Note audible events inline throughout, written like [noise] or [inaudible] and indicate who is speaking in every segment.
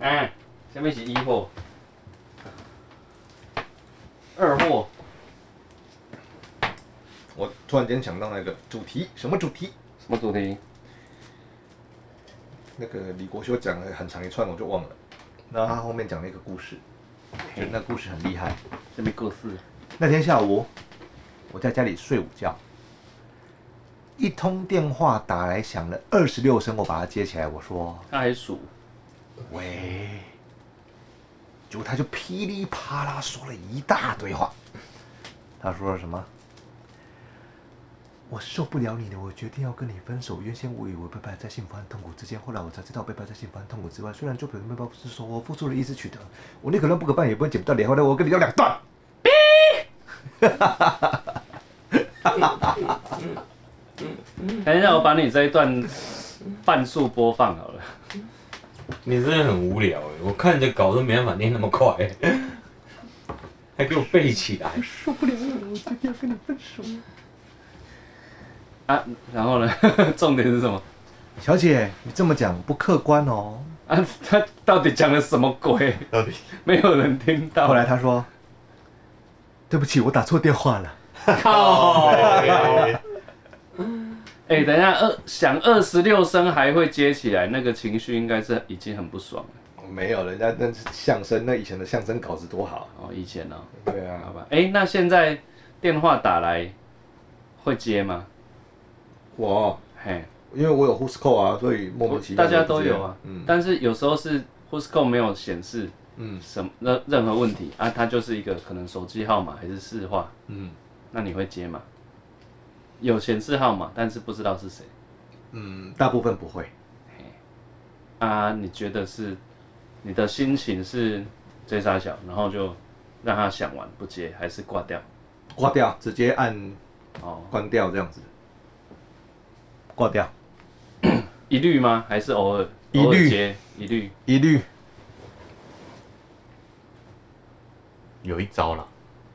Speaker 1: 哎，下面是一货，二货，
Speaker 2: 我突然间想到那个主题，什么主题？
Speaker 1: 什么主题？
Speaker 2: 那个李国修讲了很长一串，我就忘了。然后他后面讲了一个故事，觉得那故事很厉害。
Speaker 1: 这边故事，
Speaker 2: 那天下午，我在家里睡午觉，一通电话打来，响了二十六声，我把它接起来，我说
Speaker 1: 他还数，：“
Speaker 2: 喂。”结果他就噼里啪啦说了一大堆话。他说了什么？我受不了你了，我决定要跟你分手。原先我以为背叛在幸福和痛苦之间，后来我才知道背叛在幸福和痛苦之外。虽然做表面背叛不是说我付出了一时取得，我宁可让不可办也不会剪不到脸。后来我跟你要两段。
Speaker 1: 等一下我把你这一段半数播放好了。
Speaker 3: 你真的很无聊哎！我看你的稿都没办法念那么快，还给我背起来。
Speaker 2: 受不了了，我决定要跟你分手。
Speaker 1: 啊，然后呢？ [laughs] 重点是什么？
Speaker 2: 小姐，你这么讲不客观哦。
Speaker 1: 啊，他到底讲了什么鬼？
Speaker 2: 到底？
Speaker 1: 没有人听到。
Speaker 2: 后来他说：“对不起，我打错电话了。
Speaker 1: 靠！哎、等一下，二响二十六声还会接起来，那个情绪应该是已经很不爽了。”
Speaker 2: 没有，人家那是相声，那以前的相声稿子多好。
Speaker 1: 哦，以前哦，
Speaker 2: 对
Speaker 1: 好
Speaker 2: 啊，
Speaker 1: 吧。哎、那现在电话打来会接吗？
Speaker 2: 我
Speaker 1: 嘿，
Speaker 2: 因为我有 Who's Call 啊，所以莫名其妙
Speaker 1: 大家
Speaker 2: 就不
Speaker 1: 都
Speaker 2: 接
Speaker 1: 有啊。
Speaker 2: 嗯
Speaker 1: 但是有时候是 Whosco 没有显示
Speaker 2: 嗯
Speaker 1: 什么任任何问题啊，它就是一个可能手机号码还是市话，
Speaker 2: 嗯
Speaker 1: 那你会接吗？有显示号码，但是不知道是谁。
Speaker 2: 嗯，大部分不会。
Speaker 1: 啊，你觉得是你的心情是追杀小，然后就让他想完不接，还是挂掉？
Speaker 2: 挂掉，直接按
Speaker 1: 哦，
Speaker 2: 关掉这样子，挂掉，
Speaker 1: 一律吗？还是偶尔
Speaker 2: 一
Speaker 1: 偶尔
Speaker 2: 律
Speaker 1: 接一律？
Speaker 2: 一律
Speaker 4: 有一招啦，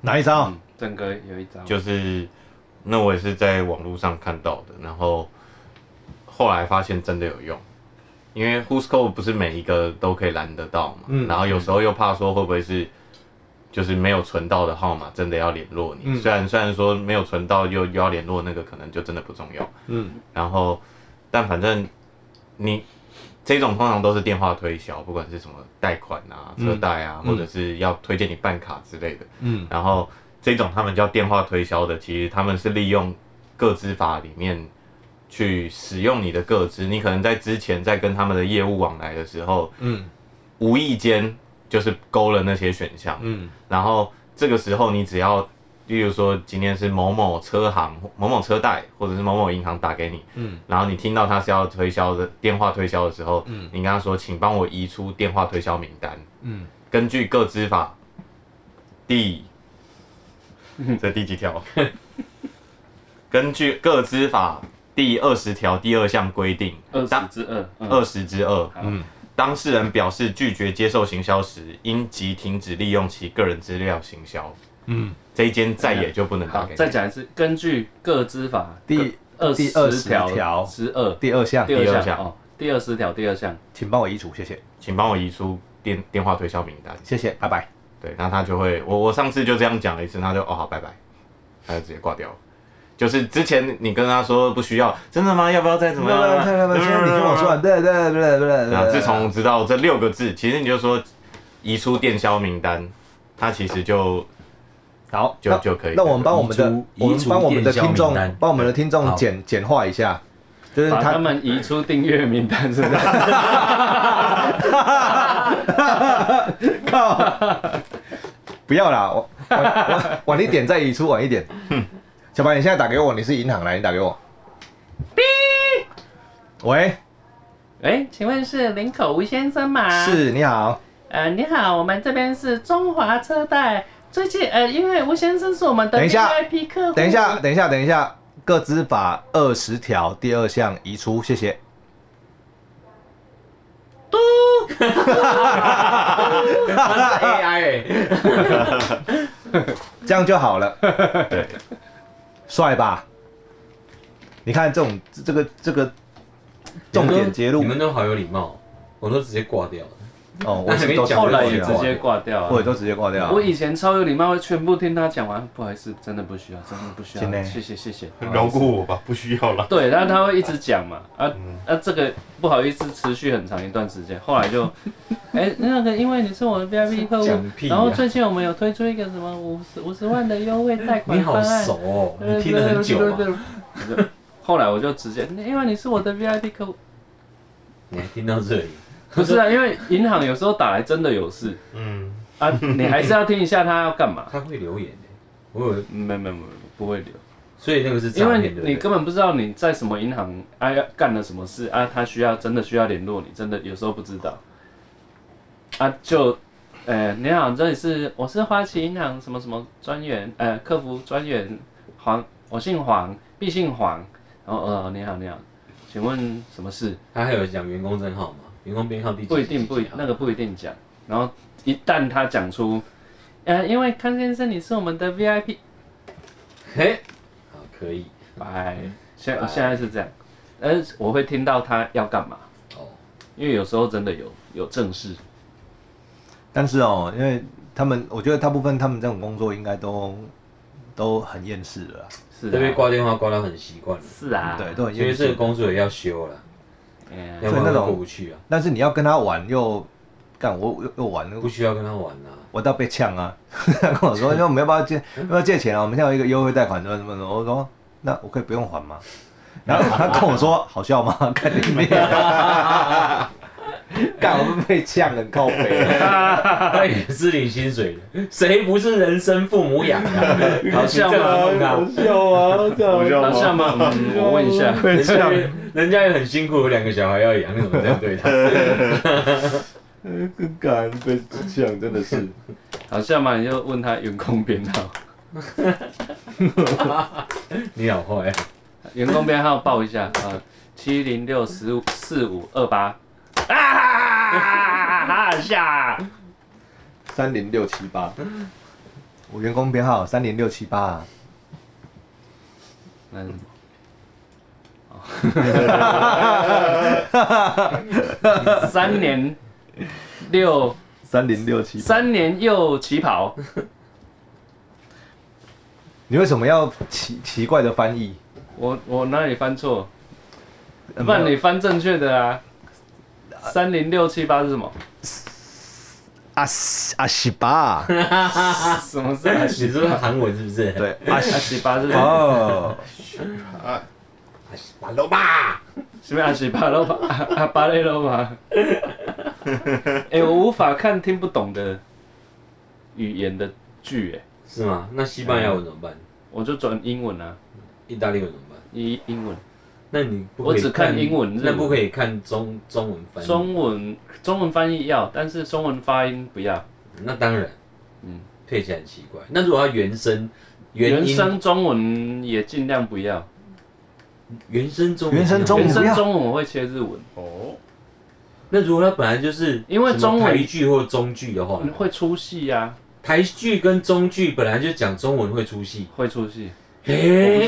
Speaker 2: 哪一招？
Speaker 1: 嗯，郑哥有一招，
Speaker 4: 就是那我也是在网络上看到的，然后后来发现真的有用，因为 Who's Call 不是每一个都可以拦得到嘛，
Speaker 2: 嗯
Speaker 4: 然后有时候又怕说会不会是就是没有存到的号码真的要联络你，
Speaker 2: 嗯
Speaker 4: 虽然虽然说没有存到又又要联络那个可能就真的不重要，
Speaker 2: 嗯
Speaker 4: 然后但反正你这种通常都是电话推销，不管是什么贷款啊、
Speaker 2: 嗯
Speaker 4: 车贷啊，
Speaker 2: 嗯
Speaker 4: 或者是要推荐你办卡之类的。
Speaker 2: 嗯
Speaker 4: 然后这种他们叫电话推销的，其实他们是利用个资法里面去使用你的个资，你可能在之前在跟他们的业务往来的时候，
Speaker 2: 嗯
Speaker 4: 无意间就是勾了那些选项，
Speaker 2: 嗯
Speaker 4: 然后这个时候你只要，例如说今天是某某车行、某某车贷或者是某某银行打给你，
Speaker 2: 嗯
Speaker 4: 然后你听到他是要推销的电话推销的时候，
Speaker 2: 嗯
Speaker 4: 你跟他说，请帮我移出电话推销名单，
Speaker 2: 嗯，
Speaker 4: 根据各资法第，
Speaker 2: [laughs]
Speaker 4: 这第几条？根据各资法第二十条第二项规定，
Speaker 1: 二十
Speaker 4: 当
Speaker 1: 之二，嗯
Speaker 4: 二十之二，
Speaker 1: 好
Speaker 2: 嗯
Speaker 4: 当事人表示拒绝接受行销时，应即停止利用其个人资料行销，
Speaker 2: 嗯，
Speaker 4: 这一间再也就不能打
Speaker 1: 好
Speaker 4: 给，你。
Speaker 1: 再讲一次，根据各资法
Speaker 2: 第
Speaker 1: 二
Speaker 2: 第
Speaker 1: 十
Speaker 2: 20
Speaker 1: 条
Speaker 2: 条啊
Speaker 1: 之二，
Speaker 2: 第二项
Speaker 1: 第，二
Speaker 4: 第二
Speaker 1: 项
Speaker 4: 项
Speaker 1: 哦，第二十条第二项，
Speaker 2: 请帮我移除，谢谢，
Speaker 4: 请帮我移出电电话推销名单。
Speaker 2: 谢谢，拜拜。
Speaker 4: 对，那他就会，我我上次就这样讲了一次，他就哦好，拜拜，他就直接挂掉了。就是之前你跟他说不需要，真的吗？要不要再怎么样？
Speaker 2: 现在你听我说完，呃对对对对对
Speaker 4: 啊，
Speaker 2: 对。
Speaker 4: 自从知道这六个字，其实你就说移出电销名单，它其实就
Speaker 2: 好，
Speaker 4: 就
Speaker 2: 那
Speaker 4: 就可以
Speaker 2: 那我们帮我们的
Speaker 3: 移除，
Speaker 2: 我
Speaker 3: 移
Speaker 2: 们
Speaker 3: 除
Speaker 2: 帮我们的
Speaker 3: 电销
Speaker 2: 听
Speaker 3: 名
Speaker 2: 众
Speaker 3: 单，
Speaker 2: 帮我们的听众
Speaker 3: 好
Speaker 2: 简简化一下，就是
Speaker 1: 把他
Speaker 2: 他
Speaker 1: 们移出订阅名单，是不
Speaker 2: [laughs]
Speaker 1: 是？
Speaker 2: 靠， [laughs] 不要啦，我晚晚晚一点再移出，晚一点。小白，你现在打给我，你是银行来，你打给我。喂，
Speaker 1: 哎，请问是林口吴先生吗？。
Speaker 3: 啊
Speaker 2: 是你好，
Speaker 1: 呃，你好，我们这边是中华车贷。最近呃，因为吴先生是我们的
Speaker 2: 等一下
Speaker 1: VIP 客户，
Speaker 2: 等一下，，等一下，等一下，各资法二十条第二项移出，谢谢。 [laughs]
Speaker 3: 他是 AI 哎，
Speaker 2: 这样就好了，
Speaker 4: 对，
Speaker 2: 帅吧？你看这种 [laughs] 这个这个重点揭露
Speaker 3: 你，们都好有礼貌，我都直接挂掉了。
Speaker 2: 哦，我是都
Speaker 3: 那还没讲
Speaker 1: 后来也
Speaker 2: 挂
Speaker 1: 直
Speaker 2: 掉
Speaker 1: 接挂掉啊
Speaker 2: 我。也都直接挂掉啊。
Speaker 1: 我以前超有礼貌，会全部听他讲完。不好意思，真的不需要，真的不需
Speaker 2: 真的
Speaker 1: 要。谢谢谢谢。
Speaker 4: 饶过我吧，不需要了。
Speaker 1: 对，然后他会一直讲嘛，
Speaker 3: 嗯
Speaker 1: 啊啊，这个不好意思，持续很长一段时间，后来就， [laughs] 哎，那个因为你是我的 VIP 客户
Speaker 3: 讲，屁啊呀
Speaker 1: 然后最近我们有推出一个什么五十五十万的优惠贷款
Speaker 3: 你
Speaker 1: 方
Speaker 3: 好
Speaker 1: 案
Speaker 3: 熟，哦，你听了很久
Speaker 1: 啊。
Speaker 3: 啊，
Speaker 1: 我就后来我就直接，因为你是我的 VIP 客户，
Speaker 3: 你还听到这里，
Speaker 1: 不是啊，因为银行有时候打来真的有事
Speaker 4: 嗯，
Speaker 1: 啊，你还是要听一下他要干嘛。
Speaker 3: 他会留言的，我有，
Speaker 1: 没没没，不会留。
Speaker 3: 所以那个是
Speaker 1: 因
Speaker 3: 诈
Speaker 1: 为
Speaker 3: 骗的，
Speaker 1: 你你根本不知道你在什么银行啊要干了什么事啊，他需要真的需要联络你，真的有时候不知道啊就，呃，你好，这里是我是花旗银行什么什么专员，呃，客服专员黄，我姓黄，必姓黄，然后呃，你好你好，请问什么事？
Speaker 3: 他还有讲员工证号吗？员工编号第几？
Speaker 1: 不一定不一
Speaker 3: 几号
Speaker 1: 那个不一定讲，然后一旦他讲出，呃，因为康先生你是我们的 VIP，
Speaker 3: 嘿，好可以
Speaker 1: 拜，哎现
Speaker 3: 拜
Speaker 1: 现在是这样，呃，我会听到他要干嘛。
Speaker 3: 哦，
Speaker 1: 因为有时候真的有有正事，
Speaker 2: 但是哦，因为他们，我觉得大部分他们这种工作应该都都很厌世了啦，
Speaker 1: 是
Speaker 3: 这边
Speaker 1: 啊，
Speaker 3: 挂电话挂到很习惯了，
Speaker 1: 是啊，
Speaker 2: 对，都很
Speaker 3: 所以
Speaker 2: 厌
Speaker 3: 这个
Speaker 2: 世。
Speaker 3: 工作也要修了，
Speaker 1: 哎呀，
Speaker 3: 要
Speaker 2: 所以
Speaker 3: 不
Speaker 2: 那
Speaker 3: 然
Speaker 2: 种
Speaker 3: 过不去啊，
Speaker 2: 但是你要跟他玩又干，我又又玩，
Speaker 3: 不需要跟他玩啊。
Speaker 2: 我倒被呛啊！ [laughs] 他跟我说，那我们要不要借，要不要借钱啊？我们现在有一个优惠贷款，什么什么什么。我说，那我可以不用还吗？然后他跟我说，好笑吗？ [laughs] 看里面，干，我被呛很靠 [laughs] 北。
Speaker 3: 他也是领薪水的，谁不是人生父母养啊？
Speaker 1: 好笑吗
Speaker 3: 你这样弄
Speaker 2: 笑啊，
Speaker 4: 好笑
Speaker 1: 好像吗？嗯我问一下， [laughs]
Speaker 2: 被
Speaker 3: 他，
Speaker 2: 呛。
Speaker 3: 人家人家也很辛苦，有两个小孩要养，你怎么这样对他？
Speaker 2: 很感恩被呛，真的是。
Speaker 1: 好像嘛，你就问他员工编 [laughs] 号，
Speaker 3: 你好坏啊！
Speaker 1: 员工编号报一下啊，七零六十五四五二八啊，哈下，
Speaker 2: 三零六七八，我员工编号三零六七八啊。
Speaker 1: 那是什么哦三年六
Speaker 2: 三零六七，
Speaker 1: 三年又起跑，
Speaker 2: 你为什么要奇奇怪的翻译？
Speaker 1: 我我哪里翻错？
Speaker 2: 呃
Speaker 1: 不然你翻正确的啊。三零六七八是什么？
Speaker 2: 阿西阿西巴，
Speaker 1: 什么啊是
Speaker 3: 你
Speaker 1: 阿西？
Speaker 3: 是不是韩文是不是？，
Speaker 2: [laughs] 对阿
Speaker 1: 阿
Speaker 2: 西
Speaker 1: 西巴是什么？
Speaker 2: 哦，
Speaker 3: 完了吧？
Speaker 1: 是不是阿西巴罗巴？阿阿巴雷罗巴？哎，我无法看听不懂的语言的剧，哎，
Speaker 3: 是吗？那西班牙文怎么办？
Speaker 1: 我就转英文啊，
Speaker 3: 意大利文怎么办？
Speaker 1: 一英文、
Speaker 3: 那你不可以
Speaker 1: 我只看英文日文
Speaker 3: 那不可以看中中文翻译。
Speaker 1: 中文、中文翻译要，但是中文发音不要。
Speaker 3: 那当然，
Speaker 1: 嗯，
Speaker 3: 配起来很奇怪。那如果要原声，
Speaker 1: 原
Speaker 3: 音
Speaker 1: 生中文也尽量不要，
Speaker 3: 原声中文
Speaker 2: 原声中文
Speaker 1: 原
Speaker 2: 不
Speaker 1: 生
Speaker 2: 要
Speaker 1: 中文我会切日文，
Speaker 4: 哦，
Speaker 3: 那如果它本来就是
Speaker 1: 因为
Speaker 3: 什么
Speaker 1: 中文嗯
Speaker 3: 台剧或中剧的话，
Speaker 1: 会出戏啊，
Speaker 3: 台剧跟中剧本来就讲中文会出戏。
Speaker 1: 会出戏。我不
Speaker 3: 嘿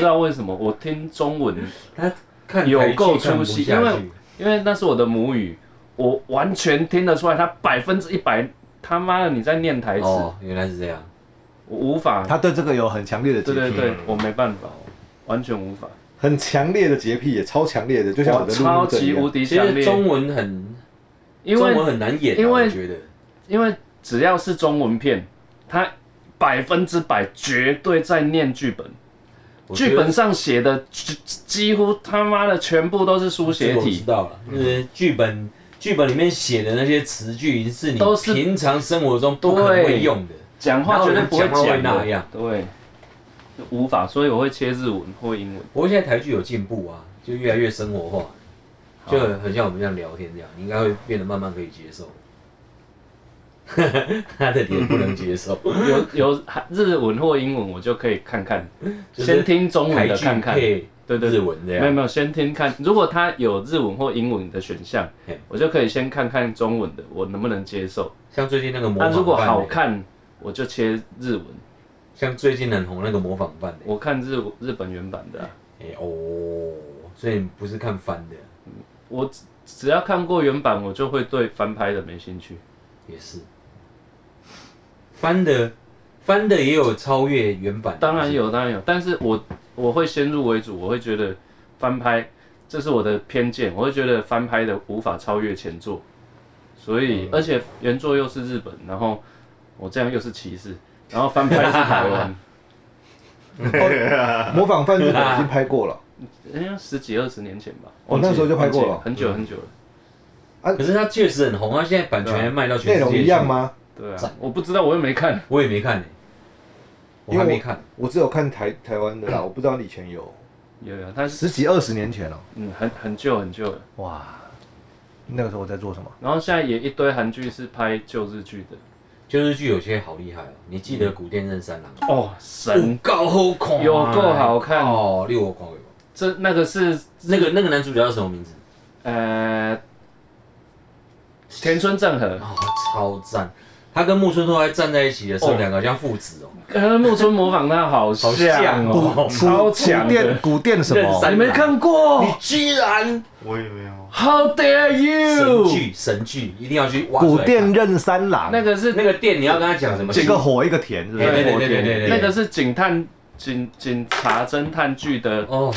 Speaker 1: 知，道为什么，我听中文
Speaker 3: 他看
Speaker 1: 有
Speaker 3: 台剧
Speaker 1: 够
Speaker 3: 看不
Speaker 1: 出戏
Speaker 3: 下
Speaker 1: 因为
Speaker 3: 去
Speaker 1: 因为那是我的母语，我完全听得出来，他百分之一百他妈的你在念台词，
Speaker 3: 哦，原来是这样。
Speaker 1: 我无法，
Speaker 2: 他对这个有很强烈的洁
Speaker 1: 对
Speaker 2: 癖，
Speaker 1: 对对，我没办法，完全无法，
Speaker 2: 很强烈的洁癖，也超强烈的，就像我的路
Speaker 1: 超
Speaker 2: 怒症一
Speaker 1: 级
Speaker 2: 样
Speaker 1: 无敌
Speaker 3: 其
Speaker 1: 强
Speaker 3: 实中
Speaker 1: 烈，
Speaker 3: 文很，
Speaker 1: 因
Speaker 3: 中文
Speaker 1: 为
Speaker 3: 很难演啊，
Speaker 1: 因为
Speaker 3: 我觉得
Speaker 1: 因为只要是中文片，他百分之百绝对在念剧本，
Speaker 3: 我觉得
Speaker 1: 剧本上写的几几乎他妈的全部都是书
Speaker 3: 这
Speaker 1: 写
Speaker 3: 个我知
Speaker 1: 体，
Speaker 3: 道了，就是剧本剧本里面写的那些词句，已经是你
Speaker 1: 都是
Speaker 3: 平常生活中不可能会用的。
Speaker 1: 讲话绝对不会讲
Speaker 3: 然后人讲话会
Speaker 1: 的
Speaker 3: 那样，
Speaker 1: 对，无法，所以我会切日文或英文。
Speaker 3: 不过现在台剧有进步啊，就越来越生活化，就很很像我们这样聊天这样，你应该会变得慢慢可以接受。 [laughs] 他的脸不能接受， [laughs]
Speaker 1: 有有日文或英文，我就可以看看，
Speaker 3: 就是
Speaker 1: 先听中文
Speaker 3: 台
Speaker 1: 的
Speaker 3: 剧
Speaker 1: 看看。
Speaker 3: 配
Speaker 1: 对对
Speaker 3: 日
Speaker 1: 对，
Speaker 3: 文这
Speaker 1: 没有
Speaker 3: 样，
Speaker 1: 没有，先听看。如果它有日文或英文的选项
Speaker 3: 嘿，
Speaker 1: 我就可以先看看中文的，我能不能接受。
Speaker 3: 像最近那个模
Speaker 1: 那、
Speaker 3: 仿
Speaker 1: 啊如果
Speaker 3: 犯
Speaker 1: 好
Speaker 3: 欸，
Speaker 1: 看，我就切日文。
Speaker 3: 像最近很红那个模仿犯欸
Speaker 1: 我看日日本原版的啊、
Speaker 3: 哎哦，所以你不是看翻的，
Speaker 1: 我只只要看过原版，我就会对翻拍的没兴趣。
Speaker 3: 也是。翻的翻的也有超越原版，
Speaker 1: 当然。有，当然有，但是我我会先入为主，我会觉得翻拍，这是我的偏见，我会觉得翻拍的无法超越前作，所以、而且原作又是日本，然后我这样又是歧视，然后翻拍是台湾，
Speaker 2: [laughs] 模仿犯日本已经拍过了，
Speaker 1: 应该哎十几二十年前吧，
Speaker 2: 哦那时候就拍过了
Speaker 1: 忘记很久很久了，
Speaker 3: 可是它确实很红，它现在版权卖到全
Speaker 2: 内
Speaker 3: 世界
Speaker 2: 容
Speaker 3: 去
Speaker 2: 一样？吗？
Speaker 1: 对啊
Speaker 3: 赞，嗯
Speaker 1: 我不知道，我又没看，
Speaker 3: 我也没看呢、欸我
Speaker 2: 因为我
Speaker 3: 还没看。
Speaker 2: 我只有看台台湾的啦，我不知道以前有
Speaker 1: 有有，但是
Speaker 2: 十几二十年前哦，
Speaker 1: 嗯很很旧很旧了，
Speaker 2: 哇，那个时候我在做什么？
Speaker 1: 然后现在也一堆韩剧是拍旧日剧的，
Speaker 3: 就是剧有些好厉害哦，你记得《古殿任三郎》
Speaker 1: 哦神，
Speaker 3: 有够好看，
Speaker 1: 有够好看
Speaker 3: 哦，六我看过。
Speaker 1: 这那个是
Speaker 3: 那个那个男主角叫什么名字？
Speaker 1: 呃田村正和。
Speaker 3: 哦，超赞！他跟木村拓哉站在一起的时候，
Speaker 1: 哦
Speaker 3: 两个好像父子哦。
Speaker 1: 可能呃木村模仿他好
Speaker 3: 好像
Speaker 1: 像
Speaker 3: 哦
Speaker 1: 哦，超强
Speaker 2: 古
Speaker 1: 的
Speaker 2: 店，古店什
Speaker 3: 认
Speaker 2: 么
Speaker 3: 山？
Speaker 1: 你没看
Speaker 3: 你
Speaker 1: 过
Speaker 3: 居然
Speaker 4: 我也没有。
Speaker 1: ？How dare
Speaker 3: 神
Speaker 1: you？
Speaker 3: 剧神剧，一定要去挖出来
Speaker 2: 古
Speaker 3: 看
Speaker 2: 店任三郎，
Speaker 1: 那个是
Speaker 3: 那个店，你要跟他讲什么？
Speaker 2: 一个火一个甜，是不
Speaker 3: 对
Speaker 2: 是？
Speaker 3: 对对对对对对，
Speaker 1: 那个是警探警警察侦探剧的，
Speaker 3: 哦，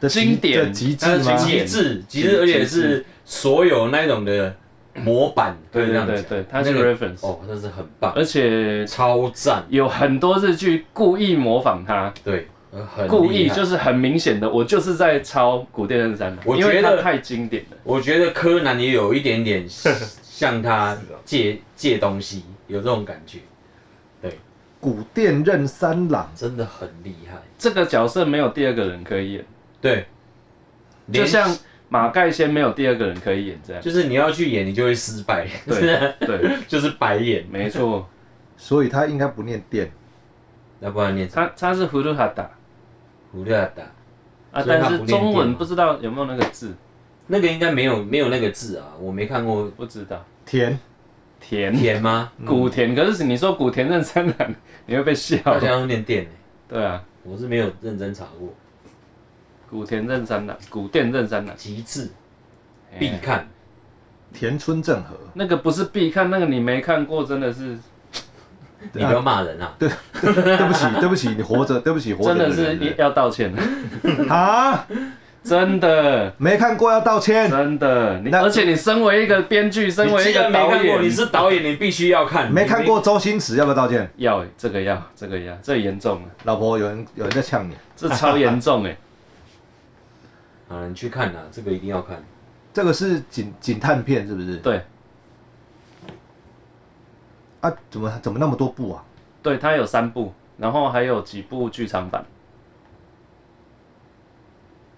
Speaker 2: 的极
Speaker 1: 经典
Speaker 2: 的极
Speaker 3: 它
Speaker 2: 致
Speaker 3: 是
Speaker 2: 吗？
Speaker 3: 极致极致，而且是所有那种的模板，
Speaker 1: 对
Speaker 3: 可以这
Speaker 1: 对
Speaker 3: 样讲
Speaker 1: 对对，它是
Speaker 3: 那个
Speaker 1: reference，
Speaker 3: 哦，那是很棒，
Speaker 1: 而且
Speaker 3: 超赞，
Speaker 1: 有很多日剧故意模仿他，
Speaker 3: 对，呃很厉害
Speaker 1: 故意就是很明显的，我就是在抄古殿任三
Speaker 3: 我
Speaker 1: 郎，
Speaker 3: 觉
Speaker 1: 因
Speaker 3: 得
Speaker 1: 为他太经典了。
Speaker 3: 我觉得柯南也有一点
Speaker 1: [laughs]
Speaker 3: 点向他借借东西，有这种感觉，
Speaker 2: 古店任三郎，
Speaker 3: 真的很厉害。
Speaker 1: 这个角色没有第二个人可以演，
Speaker 3: 对，
Speaker 1: 就
Speaker 3: 连
Speaker 1: 像马盖先没有第二个人可以演这样。
Speaker 3: 就是你要去演，你就会失败，
Speaker 1: 对对，
Speaker 3: [laughs] 就是白演，
Speaker 1: 没错。
Speaker 2: 所以他应该不念店。
Speaker 3: 要不然念
Speaker 1: 他他是葫芦哈达
Speaker 3: 胡略达，
Speaker 1: 啊，
Speaker 3: 所以
Speaker 1: 但
Speaker 3: 他不
Speaker 1: 是
Speaker 3: 念
Speaker 1: 中
Speaker 3: 电
Speaker 1: 文
Speaker 3: 吗
Speaker 1: 不知道有没有那个字，
Speaker 3: 那个应该没有没有那个字啊，我没看过
Speaker 1: 不知道。
Speaker 2: 甜，
Speaker 1: 田
Speaker 3: 甜吗？
Speaker 1: 古田，可是你说古田任三郎，你会被笑。
Speaker 3: 好像要念店呢、
Speaker 1: 对啊，
Speaker 3: 欸我是没有认真查过。
Speaker 1: 古田任三郎，古田任三郎
Speaker 3: 极致
Speaker 1: 哎
Speaker 3: 必看，
Speaker 2: 田村正和，
Speaker 1: 那个不是必看，那个你没看过，真的是
Speaker 3: 你不要骂人啊！
Speaker 2: 对不起， [laughs] 对不起，你活着，对不起，活着
Speaker 1: 真的
Speaker 2: 人
Speaker 1: 是要道歉，
Speaker 2: [laughs] 啊，
Speaker 1: 真的
Speaker 2: 没看过要
Speaker 1: [laughs]
Speaker 2: 道歉。
Speaker 1: 真
Speaker 3: [laughs]
Speaker 1: 的。你
Speaker 2: 那
Speaker 1: 而且你身为一个编剧，身
Speaker 3: 你
Speaker 1: 为
Speaker 3: 既
Speaker 1: 一
Speaker 3: 然
Speaker 1: 个
Speaker 3: 没
Speaker 1: 导
Speaker 3: 看过，
Speaker 1: 演，
Speaker 3: 你是导演，你必须要看。
Speaker 2: 没看过周星驰要不要道歉？
Speaker 1: 要欸这个要这个要，这严重了，
Speaker 2: 老婆，有人有人在呛你，
Speaker 1: 这超严重
Speaker 3: [laughs]
Speaker 1: 哎。
Speaker 3: 你。啊，你去看啊，这个一定要看。
Speaker 2: 这个是警警探片是不是？
Speaker 1: 对
Speaker 2: 啊，怎么怎么那么多部啊？
Speaker 1: 对，它有三部，然后还有几部剧场版。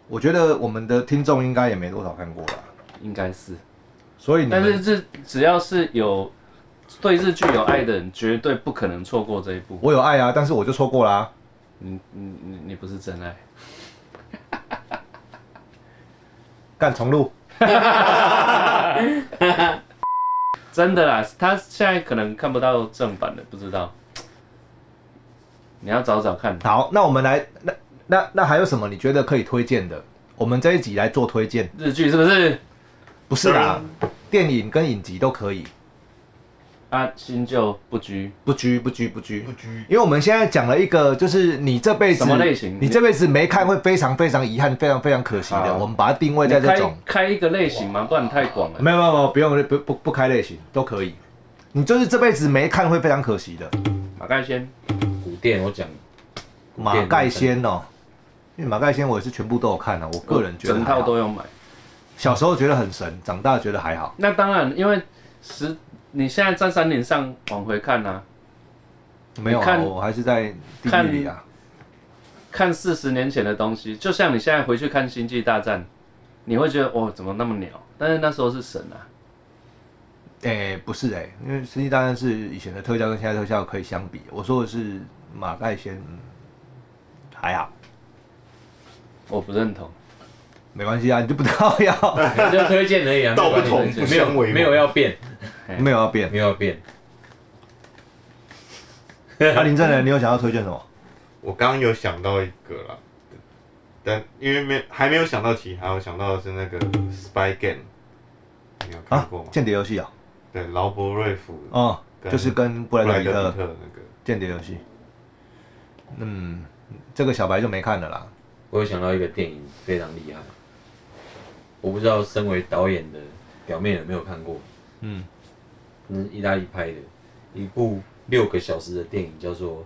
Speaker 2: 我觉得我们的听众应该也没多少看过啦，
Speaker 1: 应该是，
Speaker 2: 所以你
Speaker 1: 但
Speaker 2: 们
Speaker 1: 是这只要是有对日剧有爱的人，绝对不可能错过这一部。
Speaker 2: 我有爱啊，但是我就错过啦、
Speaker 1: 你你你你不是真爱，
Speaker 2: 干重录，
Speaker 1: 真的啦，他现在可能看不到正版的，不知道。你要找找看，
Speaker 2: 好，那我们来，那那那还有什么你觉得可以推荐的？我们这一集来做推荐，
Speaker 1: 日剧是不是？
Speaker 2: 不是啦，电影跟影集都可以，
Speaker 1: 啊，新旧不拘，
Speaker 2: 不拘不拘不拘
Speaker 4: 不。拘
Speaker 2: 因为我们现在讲了一个，就是你这辈子
Speaker 1: 什么类型
Speaker 2: 你这辈子没看会非常非常遗憾、非常非常可惜的。
Speaker 1: 好
Speaker 2: 我们把它定位
Speaker 1: 你
Speaker 2: 在这
Speaker 1: 开
Speaker 2: 种，
Speaker 1: 开一个类型嘛，不然太广了。
Speaker 2: 没有没有没有，不用不不不开类型都可以。你就是这辈子没看会非常可惜的。
Speaker 1: 马盖先，
Speaker 3: 古店我讲
Speaker 2: 马盖 [laughs] 先哦，因为马盖先我也是全部都有看的、啊我个人觉得
Speaker 1: 整
Speaker 2: 还
Speaker 1: 套
Speaker 2: 好
Speaker 1: 都有买。
Speaker 2: 小时候觉得很神，长大觉得还好。
Speaker 1: 那当然，因为十你现在在山顶上往回看啊，
Speaker 2: 没有啊，
Speaker 1: 看
Speaker 2: 我还是在地狱里啊。
Speaker 1: 看四十年前的东西，就像你现在回去看《星际大战》，你会觉得哦，怎么那么鸟？但是那时候是神啊，
Speaker 2: 诶、不是诶、因为《实际大战》是以前的特效跟现在特效可以相比。我说的是马盖先，嗯，还好，
Speaker 1: 我不认同。
Speaker 2: 没关系啊，你就不到要，
Speaker 3: 你就推荐而已啊，
Speaker 4: 道不
Speaker 1: 同
Speaker 3: 没
Speaker 1: 不
Speaker 3: 有
Speaker 4: 相为谋
Speaker 3: 没有要变，
Speaker 2: [laughs] 没有要变
Speaker 3: 没。有要变。
Speaker 2: 那、啊林正仁，你有想要推荐什么？
Speaker 4: 我刚刚有想到一个啦，但因为没还没有想到其他，我想到的是那个 Spy Game，你有看
Speaker 2: 啊
Speaker 4: 过吗？，
Speaker 2: 间谍游戏啊，
Speaker 5: 对，劳勃瑞甫
Speaker 2: 嗯，就是跟布
Speaker 5: 布
Speaker 2: 莱德
Speaker 5: 莱
Speaker 2: 比
Speaker 5: 德
Speaker 2: 特
Speaker 5: 比特那个，
Speaker 2: 间谍游戏。嗯，这个小白就没看了啦。
Speaker 3: 我有想到一个电影非常厉害，我不知道身为导演的表面有没有看过，
Speaker 2: 嗯，
Speaker 3: 那是意大利拍的一部六个小时的电影，叫做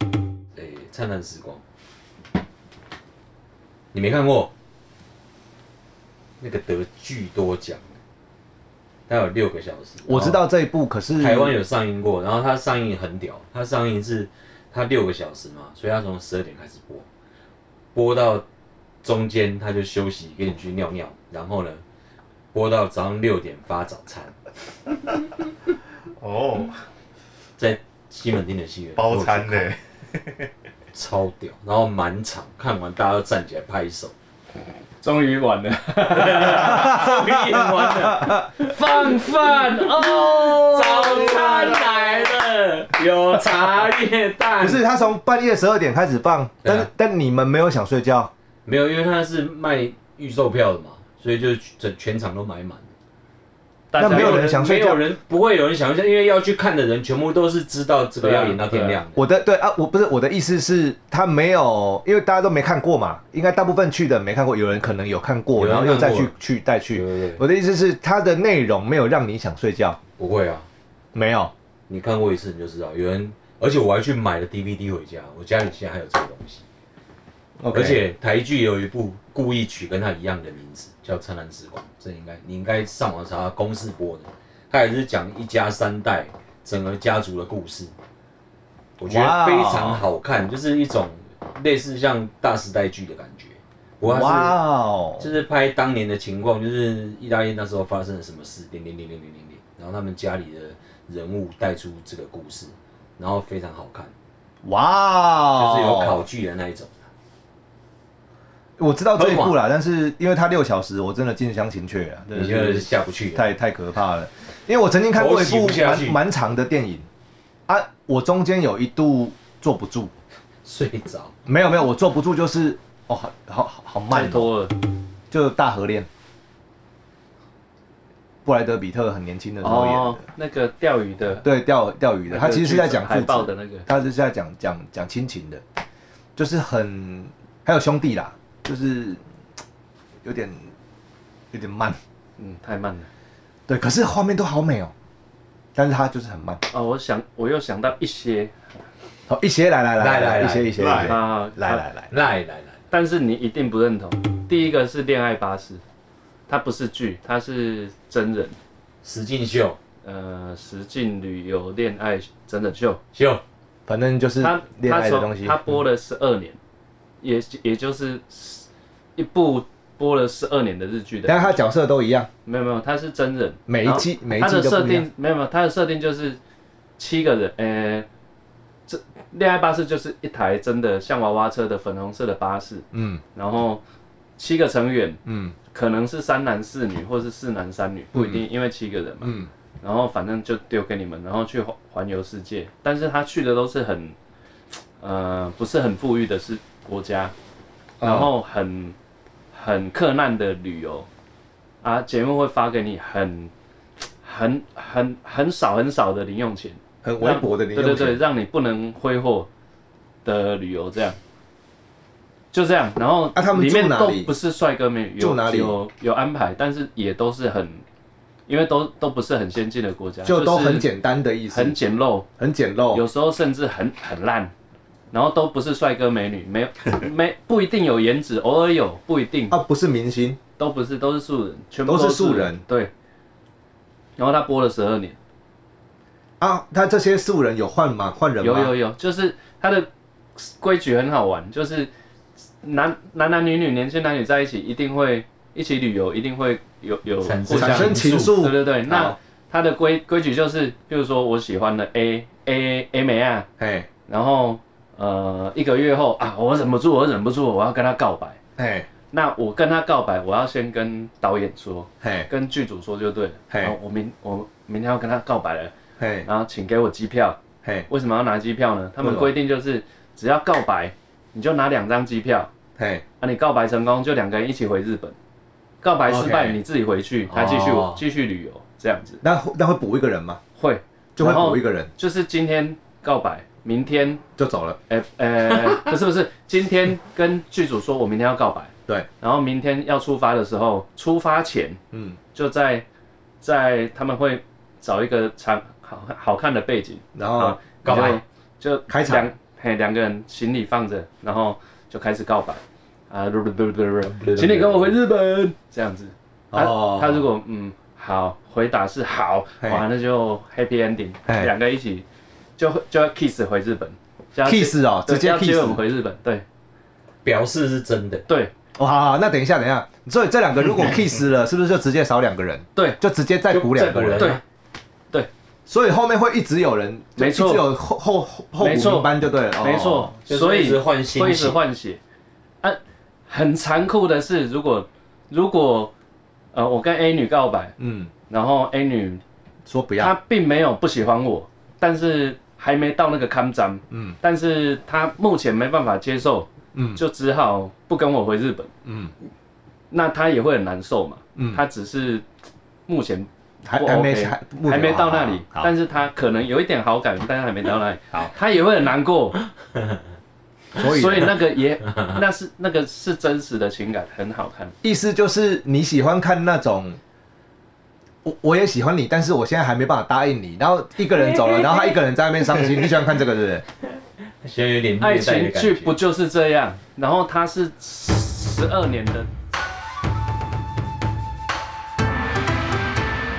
Speaker 3: 《诶、灿烂时光》，你没看过？那个得巨多奖，它有六个小时。
Speaker 2: 我知道这一部，可是
Speaker 3: 台湾有上映过，然后它上映很屌，它上映是它六个小时嘛，所以它从十二点开始播，播到中间它就休息，给你去尿尿，然后呢，播到早上六点发早餐，
Speaker 5: 哦，
Speaker 3: 在西门町的戏院
Speaker 5: 包餐呢，
Speaker 3: 超屌，然后满场看完大家都站起来拍手，
Speaker 1: [laughs] 终于晚了，
Speaker 3: 演完了，
Speaker 1: 放饭
Speaker 2: [laughs]
Speaker 1: 哦，
Speaker 3: 早餐来了，有茶叶蛋，
Speaker 2: 不是他从半夜十二点开始放，
Speaker 3: 对啊
Speaker 2: 但是但你们没有想睡觉，
Speaker 3: 没有，因为它是卖预售票的嘛，所以就整全场都买满。
Speaker 1: 大家
Speaker 2: 那没有人想睡觉
Speaker 3: 没有人不会有人想睡觉，因为要去看的人全部都是知道这个要演到天亮的。
Speaker 2: 我的对啊，我不是我的意思是，他没有，因为大家都没看过嘛，应该大部分去的没看过，有人可能有看过，
Speaker 3: 有人
Speaker 2: 然后又再
Speaker 3: 看过
Speaker 2: 去去再
Speaker 3: 对
Speaker 2: 去。
Speaker 3: 对对，
Speaker 2: 我的意思是，它的内容没有让你想睡觉，
Speaker 3: 不会啊，
Speaker 2: 没有。
Speaker 3: 你看过一次你就知道。有人，而且我还去买了 DVD 回家，我家里现在还有这个东西。
Speaker 2: OK
Speaker 3: 而且台剧有一部故意取跟它一样的名字，叫《灿烂时光》，这应该你应该上网查公式播的，它也是讲一家三代整个家族的故事，我觉
Speaker 2: 哇
Speaker 3: 得
Speaker 2: 哦
Speaker 3: 非常好看，就是一种类似像大时代剧的感觉。不过它是
Speaker 2: 哇哦，
Speaker 3: 就是拍当年的情况，就是意大利那时候发生了什么事，零零零零零零零，然后他们家里的人物带出这个故事，然后非常好看，
Speaker 2: 哇哦，
Speaker 3: 就是有考据的那一种。
Speaker 2: 我知道这一部啦，但是因为它六小时，我真的近乡情怯啊，真
Speaker 3: 你
Speaker 2: 的
Speaker 3: 就是是下不去了，
Speaker 2: 太太可怕了。因为我曾经看过一
Speaker 3: 头洗
Speaker 2: 部
Speaker 3: 不下
Speaker 2: 蛮
Speaker 3: 去
Speaker 2: 蛮长的电影啊，我中间有一度坐不住，
Speaker 3: 睡着。
Speaker 2: 没有没有，我坐不住就是哦，好好好好
Speaker 1: 太
Speaker 2: 慢、哦，
Speaker 1: 多了，
Speaker 2: 就大河恋，布莱德比特很年轻的时候演的，
Speaker 1: 哦，那个钓鱼的，
Speaker 2: 对钓钓鱼的，他其实是在讲
Speaker 1: 海
Speaker 2: 父
Speaker 1: 报
Speaker 2: 子
Speaker 1: 的那个，
Speaker 2: 他就是在讲讲讲亲情的，就是很还有兄弟啦，就是有点有点慢，
Speaker 1: 嗯，太慢了。
Speaker 2: 对，可是画面都好美哦，但是它就是很慢。
Speaker 1: 哦，我想我又想到一些
Speaker 2: 好，一些来来来
Speaker 3: 来来
Speaker 2: 一
Speaker 3: 来
Speaker 2: 些一些一些，
Speaker 5: 来
Speaker 2: 来
Speaker 1: 啊，
Speaker 2: 来来，
Speaker 3: 来来来，
Speaker 1: 但是你一定不认同。第一个是《恋爱巴士》，它不是剧，它是真人，
Speaker 3: 石进秀
Speaker 1: 呃，实境旅游恋爱真人秀。
Speaker 3: 秀，
Speaker 2: 反正就是
Speaker 1: 他
Speaker 2: 恋
Speaker 1: 他
Speaker 2: 爱的
Speaker 1: 从
Speaker 2: 东西
Speaker 1: 他。播了十二年，也也就是一部播了十二年的日剧的。
Speaker 2: 但他角色都一样，
Speaker 1: 没有没有，他是真人，
Speaker 2: 每一季每一
Speaker 1: 他
Speaker 2: 季
Speaker 1: 的
Speaker 2: 都
Speaker 1: 设
Speaker 2: 不一样。
Speaker 1: 定没有没有，他的设定就是七个人，呃，这恋爱巴士就是一台真的像娃娃车的粉红色的巴士，
Speaker 2: 嗯
Speaker 1: 然后七个成员
Speaker 2: 嗯
Speaker 1: 可能是三男四女，或是四男三女，不一定，因为七个人嘛。
Speaker 2: 嗯，
Speaker 1: 然后反正就丢给你们，然后去环环游世界。但是他去的都是很，呃，不是很富裕的是国家，
Speaker 2: 哦
Speaker 1: 然后很很克难的旅游啊，节目会发给你很很很很少很少的零用钱，
Speaker 2: 很微薄的
Speaker 1: 让
Speaker 2: 零
Speaker 1: 对
Speaker 2: 用
Speaker 1: 对对，
Speaker 2: 钱。
Speaker 1: 让你不能挥霍的旅游这样。就这样，然后
Speaker 2: 啊他们
Speaker 1: 里
Speaker 2: 住
Speaker 1: 面
Speaker 2: 哪
Speaker 1: 都
Speaker 2: 里
Speaker 1: 不是帅哥美女，有
Speaker 2: 住哪里
Speaker 1: 有有安排，但是也都是很，因为都都不是很先进的国家，
Speaker 2: 就都
Speaker 1: 是
Speaker 2: 很简哦单的意思
Speaker 1: 很，简陋，
Speaker 2: 很简陋
Speaker 1: 有。时候甚至很很烂，然后都不是帅哥美女，没有 [laughs] 没不一定有颜值，偶尔有不一定，
Speaker 2: 啊，不是明星，
Speaker 1: 都不是都是素人，全部
Speaker 2: 都是
Speaker 1: 素
Speaker 2: 素人
Speaker 1: 对。然后他播了十二年，
Speaker 2: 啊，他这些素人有换吗？换人吗？
Speaker 1: 有有有，就是他的规矩很好玩，就是男男男女女、年轻男女在一起一定会一起旅游，一定会有有
Speaker 3: 产
Speaker 1: 互
Speaker 2: 产
Speaker 1: 相
Speaker 2: 生情愫
Speaker 1: 对对对，那
Speaker 2: 好
Speaker 1: 他的规规矩就是，比如说我喜欢的 A A A 美啊，
Speaker 2: 哎
Speaker 1: 然后呃一个月后啊，我忍不住，我忍不住，我要跟他告白。
Speaker 2: 哎
Speaker 1: 那我跟他告白，我要先跟导演说，
Speaker 2: 哎
Speaker 1: 跟剧组说就对了。
Speaker 2: 嘿
Speaker 1: 然后我明我明天要跟他告白了，
Speaker 2: 哎
Speaker 1: 然后请给我机票。
Speaker 2: 哎
Speaker 1: 为什么要拿机票呢？他们
Speaker 2: 为什么
Speaker 1: 规定就是只要告白，你就拿两张机票。
Speaker 2: 哎，
Speaker 1: 啊，你告白成功就两个人一起回日本，告白失败
Speaker 2: OK
Speaker 1: 你自己回去，他继续
Speaker 3: 哦
Speaker 1: 继续旅游。这样子，
Speaker 2: 那会那会补一个人吗？
Speaker 1: 会
Speaker 2: 就会
Speaker 1: 然后
Speaker 2: 补一个人
Speaker 1: 就是今天告白，明天
Speaker 2: 就走了。
Speaker 1: 呃呃 [laughs] 不是不是，今天跟剧组说我明天要告白，
Speaker 2: 对，
Speaker 1: 然后明天要出发的时候，出发前
Speaker 2: 嗯，
Speaker 1: 就在在他们会找一个长好好看的背景，
Speaker 2: 然
Speaker 1: 啊
Speaker 2: 后，
Speaker 1: 告白
Speaker 2: 白
Speaker 1: 就
Speaker 2: 开场
Speaker 1: 两嘿两个人行李放着，然后就开始告白啊，不不不不不，请你跟我回日本这样子。他、
Speaker 2: 哦
Speaker 1: 他如果嗯好回答是好，
Speaker 2: 嘿
Speaker 1: 哇那就 happy ending，
Speaker 2: 嘿
Speaker 1: 两个一起就就要 kiss 回日本就要
Speaker 2: kiss 哦，
Speaker 1: 对
Speaker 2: 直接
Speaker 1: 要
Speaker 2: kiss
Speaker 1: 接。吻回日本，对
Speaker 3: 表示是真的，
Speaker 1: 对
Speaker 2: 哦，好好，那等一下，等一下，所以这两
Speaker 1: [laughs]
Speaker 2: 个如果 kiss 了，是不是就直接少两个人？
Speaker 1: 对，
Speaker 2: 就直接再补两个
Speaker 3: 就再补
Speaker 2: 人
Speaker 3: 人。
Speaker 1: 对，
Speaker 2: 所以后面会一直有人，就
Speaker 1: 没错
Speaker 2: 一直有后后后后补
Speaker 1: 没错
Speaker 2: 名班就对了。哦
Speaker 1: 没错，
Speaker 3: 就是
Speaker 1: 所以
Speaker 3: 一直换新
Speaker 1: 会一
Speaker 3: 血
Speaker 1: 直换血。啊，很残酷的是，如果如果呃我跟 A 女告白，
Speaker 2: 嗯，
Speaker 1: 然后 A 女
Speaker 2: 说不要
Speaker 1: 他并没有不喜欢我，但是还没到那个康章，
Speaker 2: 嗯
Speaker 1: 嗯，但是他目前没办法接受，
Speaker 2: 嗯
Speaker 1: 嗯，就只好不跟我回日本，
Speaker 2: 嗯
Speaker 1: 嗯，那他也会很难受嘛，嗯，
Speaker 2: 嗯
Speaker 1: 他只是目前
Speaker 2: 还
Speaker 1: 不
Speaker 2: 还没
Speaker 1: OK，
Speaker 2: 还目前
Speaker 1: 还没到那里
Speaker 2: 好，好好
Speaker 1: 但是他可能有一点好感，但是还没到那里，他也会很难过，
Speaker 2: 所以
Speaker 1: 所以那个也那是那个是真实的情感，很好看，
Speaker 2: 意思就是你喜欢看那种，我我也喜欢你，但是我现在还没办法答应你。然后一个人走了，然后他一个人在那边伤心。你喜欢看这个对
Speaker 1: [laughs]
Speaker 2: 不对？
Speaker 3: 现在有点
Speaker 1: 爱
Speaker 3: 虐待的
Speaker 1: 情
Speaker 3: 感
Speaker 1: 剧
Speaker 3: 觉。
Speaker 1: 不就是这样？然后他是十二年的。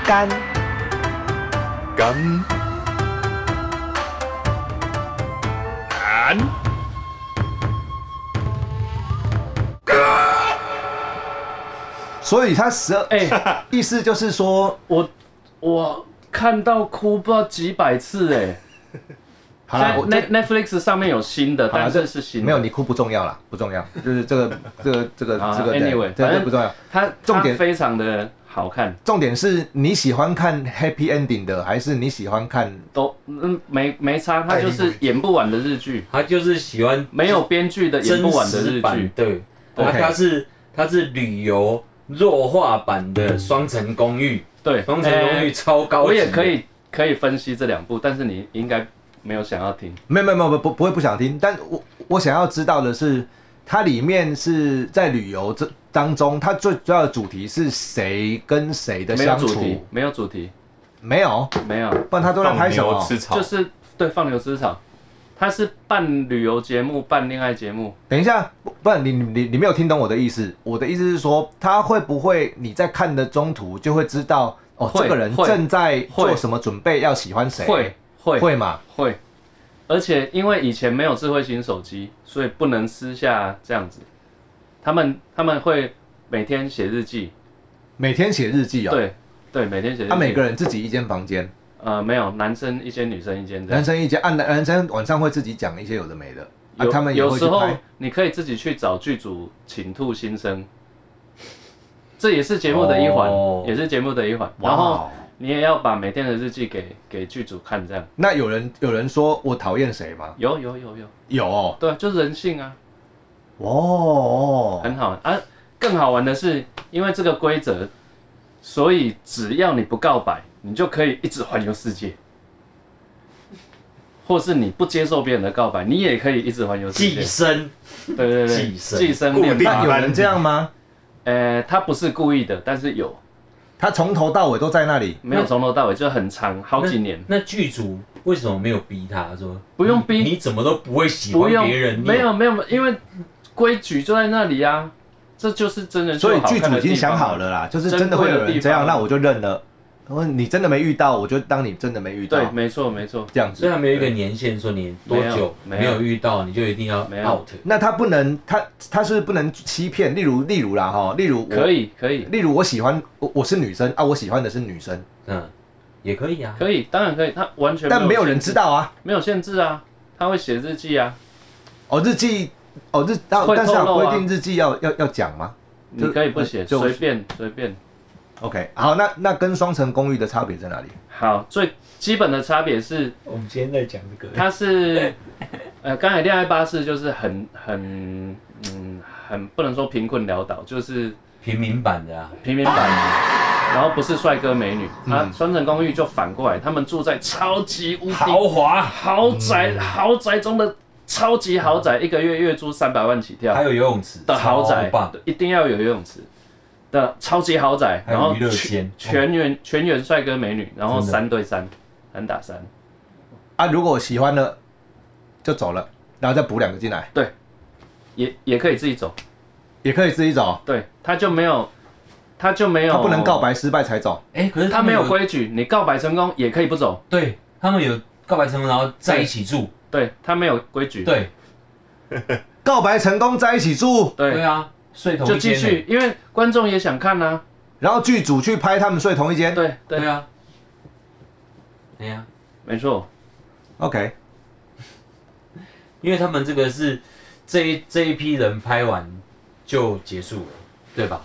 Speaker 2: 干
Speaker 4: 干
Speaker 2: 所以他十二，
Speaker 1: 哎、
Speaker 2: 意思就是说，
Speaker 1: 我我看到哭不知道几百次哎、
Speaker 2: 好了，我
Speaker 1: 在
Speaker 2: 这
Speaker 1: Net Netflix 上面有新的，
Speaker 2: 好啦
Speaker 1: 但
Speaker 2: 这
Speaker 1: 是是新的。
Speaker 2: 没有你哭不重要啦，不重要，就是这个这个这个
Speaker 1: 啊
Speaker 2: 这个对
Speaker 1: anyway，
Speaker 2: 这
Speaker 1: 反
Speaker 2: 个
Speaker 1: 正
Speaker 2: 不重要。
Speaker 1: 它
Speaker 2: 重
Speaker 1: 重
Speaker 2: 点
Speaker 1: 点非常的好看，
Speaker 2: 重点是你喜欢看 happy ending 的，还是你喜欢看？
Speaker 1: 都嗯没没差，
Speaker 2: 哎
Speaker 1: 它就是演不完的日剧，
Speaker 3: 他就是喜欢
Speaker 1: 没有编剧的演
Speaker 3: 真
Speaker 1: 不完的
Speaker 3: 实
Speaker 1: 日
Speaker 3: 版
Speaker 1: 剧，，
Speaker 3: 对，他
Speaker 2: OK
Speaker 3: 他是他是旅游弱化版的双层公寓，
Speaker 1: 对，
Speaker 3: 双层公寓
Speaker 1: 呃
Speaker 3: 超高级，
Speaker 1: 我也可，以可以分析这两部，但是你应该没有想要听。
Speaker 2: 没有没有没有不不会不想听，但我我想要知道的是，它里面是在旅游这当中，它最主要的主题是谁跟谁的
Speaker 1: 没有
Speaker 2: 相
Speaker 1: 主
Speaker 2: 处？
Speaker 1: 题，没有主题，
Speaker 2: 没有，
Speaker 1: 没有，
Speaker 2: 不然他都在
Speaker 4: 放
Speaker 2: 拍什
Speaker 4: 牛
Speaker 2: 么？
Speaker 4: 吃草，
Speaker 1: 就是对放牛吃草，它是办旅游节目，办恋爱节目，
Speaker 2: 等一下，不不然你你你你没有听懂我的意思。我的意思是说，他会不会你在看的中途就会知道哦，
Speaker 1: 会
Speaker 2: 这个人
Speaker 1: 会
Speaker 2: 正在做
Speaker 1: 会
Speaker 2: 什么准备，要喜欢谁？
Speaker 1: 会会
Speaker 2: 会嘛？
Speaker 1: 会，而且因为以前没有智慧型手机，所以不能私下这样子。他们他们会每天写日记，
Speaker 2: 每天写日记哦。，
Speaker 1: 对对，每天写日记。
Speaker 2: 他、啊每个人自己一间房间，
Speaker 1: 呃没有，男生一间，女生一间这
Speaker 2: 男
Speaker 1: 样。
Speaker 2: 生一间，啊男男生晚上会自己讲一些有的没的，啊
Speaker 1: 有
Speaker 2: 他们也
Speaker 1: 有
Speaker 2: 会
Speaker 1: 时
Speaker 2: 去
Speaker 1: 候
Speaker 2: 拍。
Speaker 1: 你可以自己去找剧组倾吐心声，这也是节目的一环，
Speaker 3: 哦
Speaker 1: 也是节目的一环。
Speaker 2: 哇
Speaker 1: 然
Speaker 2: 哦
Speaker 1: 后你也要把每天的日记给给剧组看，这样。
Speaker 2: 那有人有人说我讨厌谁吗？
Speaker 1: 有有有有，
Speaker 2: 有哦，
Speaker 1: 对啊，就是人性啊。
Speaker 2: 哦
Speaker 1: 很好啊。更好玩的是，因为这个规则，所以只要你不告白，你就可以一直环游世界。或是你不接受别人的告白，你也可以一直环游世界
Speaker 3: 寄。生
Speaker 1: 对对对，
Speaker 3: 寄生
Speaker 1: 寄生
Speaker 4: 固
Speaker 1: 恋
Speaker 4: 定
Speaker 1: 吧。
Speaker 2: 那有人这样吗？
Speaker 1: 呃，他不是故意的，但是有
Speaker 2: 他从头到尾都在那里，
Speaker 1: 没有从头到尾就很长，好几年，
Speaker 3: 那那剧组为什么没有逼他说
Speaker 1: 不用
Speaker 3: 你
Speaker 1: 逼，
Speaker 3: 你怎么都不会喜
Speaker 1: 不
Speaker 3: 欢
Speaker 1: 用
Speaker 3: 别人？你
Speaker 1: 没有没有，因为规矩就在那里啊，这就是真人秀
Speaker 2: 所以
Speaker 1: 好看
Speaker 2: 剧
Speaker 1: 的
Speaker 2: 组已经
Speaker 1: 地方
Speaker 2: 想
Speaker 1: 啊
Speaker 2: 好了啦，就是真的会有人这样，那我就认了。我说你真的没遇到，我就当你真的没遇
Speaker 1: 对，
Speaker 2: 到，
Speaker 1: 没错没错，
Speaker 2: 这样
Speaker 3: 所以
Speaker 2: 子。
Speaker 3: 他没有一个年限说你多久
Speaker 1: 没有
Speaker 3: 没有遇到你就一定要
Speaker 1: 没有
Speaker 3: out。
Speaker 2: 那他不能，他他是不是不能欺骗，例如例如啦哈，例如我
Speaker 1: 可，以可以，
Speaker 2: 例如我喜欢我我是女生啊，我喜欢的是女生，
Speaker 3: 嗯，也可以啊。
Speaker 1: 可以，当然可以，他完全
Speaker 2: 但没有人
Speaker 1: 限制
Speaker 2: 知，道啊。
Speaker 1: 没有限制啊，他会写日记啊，
Speaker 2: 哦，日记，哦日，但
Speaker 1: 会
Speaker 2: 但是
Speaker 1: 透
Speaker 2: 他
Speaker 1: 露
Speaker 2: 规
Speaker 1: 啊
Speaker 2: 定日记要要要讲吗就
Speaker 1: 你可以不写，
Speaker 2: 就
Speaker 1: 随便随便。
Speaker 2: ？OK，好，那那跟双层公寓的差别在哪里？
Speaker 1: 好，最基本的差别是，
Speaker 3: 我们今天在讲这个，
Speaker 1: 它是， [laughs] 呃，刚才恋爱巴士就是很很嗯很不能说贫困潦倒，就是
Speaker 3: 平民版的啊，
Speaker 1: 平民版，然后不是帅哥美女，
Speaker 2: 嗯
Speaker 1: 啊，双层公寓就反过来，他们住在超级无敌
Speaker 3: 华，
Speaker 1: 豪宅，豪宅中的超级豪
Speaker 2: 嗯
Speaker 1: 宅，一个月月租三百万起跳
Speaker 3: 还，有游泳池
Speaker 1: 的豪宅
Speaker 3: 超棒，
Speaker 1: 一定要有游泳池的超级豪宅，
Speaker 3: 还有
Speaker 1: 然后
Speaker 3: 娱乐
Speaker 1: 全
Speaker 3: 间哦
Speaker 1: 全员全员帅哥美女，然后
Speaker 3: 真的
Speaker 1: 三对三，三打三，
Speaker 2: 啊，如果我喜欢了，就走了，然后再补两个进来，
Speaker 1: 也也可以自己走，
Speaker 2: 也可以自己走，
Speaker 1: 对，他就没有，他就没有，
Speaker 2: 他不能告，白失败才走。
Speaker 3: 哎，可是
Speaker 1: 他没有
Speaker 3: 们
Speaker 1: 规矩，你告白成功也可以不走，
Speaker 3: 对他们有告白成功，然后在一起住，
Speaker 1: 对他没有规矩，
Speaker 3: 对
Speaker 2: 告白成功在一起住，
Speaker 3: 对
Speaker 1: 对，
Speaker 3: 啊，睡同
Speaker 1: 就
Speaker 3: 一
Speaker 1: 继
Speaker 3: 间
Speaker 1: 续，因为观众也想看呐，
Speaker 2: 然后剧组去拍他们睡同一间。
Speaker 1: 对
Speaker 3: 欸，对
Speaker 1: 对，
Speaker 3: 啊，对呀，
Speaker 1: 没错，
Speaker 2: OK，
Speaker 3: 因为他们这个是这一这一批人拍完就结束了，对吧？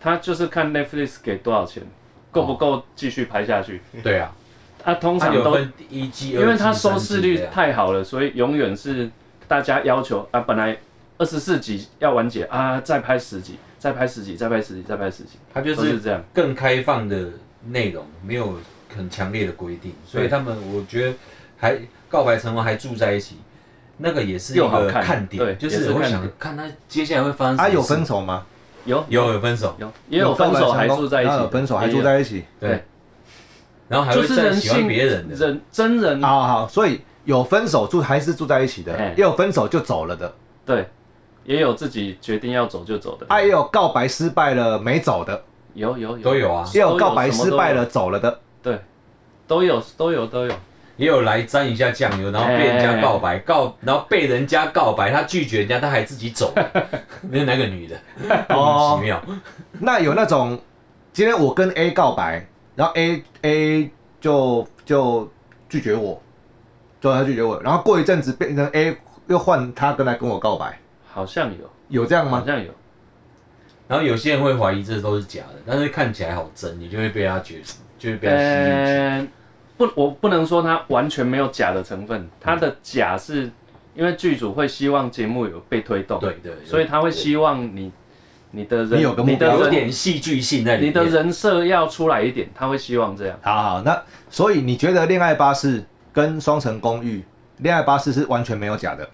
Speaker 1: 他就是看 Netflix 给多少钱，够不够继续拍下去，
Speaker 3: 对啊，
Speaker 1: 他通
Speaker 3: 它
Speaker 1: 常
Speaker 3: 有
Speaker 1: 都
Speaker 3: 分一季，
Speaker 1: 因为它
Speaker 3: 它
Speaker 1: 收视率太好了，所以永远是大家要求啊，本来二十四集要完结啊，再拍十集，再拍十集，再拍十集，再拍十集，
Speaker 3: 它就
Speaker 1: 都
Speaker 3: 是
Speaker 1: 是这样。
Speaker 3: 更开放的内容，没有很强烈的规定，所以他们我觉得还告白成功还住在一起，那个也是一
Speaker 1: 又好
Speaker 3: 个
Speaker 1: 看
Speaker 3: 看
Speaker 1: 对
Speaker 3: 点，就
Speaker 1: 也是
Speaker 3: 是我
Speaker 1: 看
Speaker 3: 想
Speaker 1: 点
Speaker 3: 看他接下来会发生什
Speaker 2: 啊
Speaker 3: 么事。
Speaker 2: 有分手吗？
Speaker 1: 有
Speaker 3: 有有分手，
Speaker 1: 有也有分手还住在一起
Speaker 2: 啊
Speaker 1: 的，
Speaker 2: 有分手还
Speaker 1: 也有
Speaker 2: 住在一起。
Speaker 3: 对，然后还
Speaker 1: 就
Speaker 3: 会
Speaker 1: 是
Speaker 3: 再
Speaker 1: 人
Speaker 3: 喜欢
Speaker 1: 性
Speaker 3: 别人的，
Speaker 1: 人哎真人
Speaker 2: 好好好，所以有分手住还是住在一起的，
Speaker 1: 哎
Speaker 2: 也有分手就走了的，
Speaker 1: 对，也有自己决定要走就走的，
Speaker 2: 啊也有告白失败了没走的，
Speaker 1: 有有有
Speaker 3: 都有啊
Speaker 2: 也有告白失败，
Speaker 1: 什
Speaker 2: 了
Speaker 1: 么
Speaker 2: 走
Speaker 1: [laughs]
Speaker 2: 了的。
Speaker 1: 都有对，都有都有都有，
Speaker 3: 也有来沾一下酱油，然后被人
Speaker 1: 哎
Speaker 3: 家告白，告然后被人家告白，他拒绝人家，他还自己走， [laughs] 那那个女的
Speaker 1: 哦
Speaker 2: 哦
Speaker 3: 莫名其妙，
Speaker 2: 那有那种，今天我跟 A 告白，然后 A A 就就拒绝我，就他拒绝我，然后过一阵子变成 A 又换他跟来跟我告白，
Speaker 1: 好像有，
Speaker 2: 有这样
Speaker 1: 好
Speaker 2: 吗？
Speaker 1: 像有，
Speaker 3: 然后有些人会怀疑这都是假的，但是看起来好真，你就会被他觉，就会被他吸引去。
Speaker 1: 呃不，我不能说它完全没有假的成分，它的假是因为剧组会希望节目有被推动，
Speaker 3: 对，对，
Speaker 1: 所以他会
Speaker 3: 吸
Speaker 1: 希望你你的人
Speaker 2: 你有个目
Speaker 1: 你
Speaker 2: 标
Speaker 1: 的
Speaker 3: 有
Speaker 1: 人
Speaker 3: 点戏剧性在里
Speaker 1: 你
Speaker 3: 面。
Speaker 1: 的人设要出来一点，他会希望这样。
Speaker 2: 好好，那所以你觉得《恋爱巴士》跟《双城公寓》，《恋爱巴士》是完全没有假的？
Speaker 3: 嗯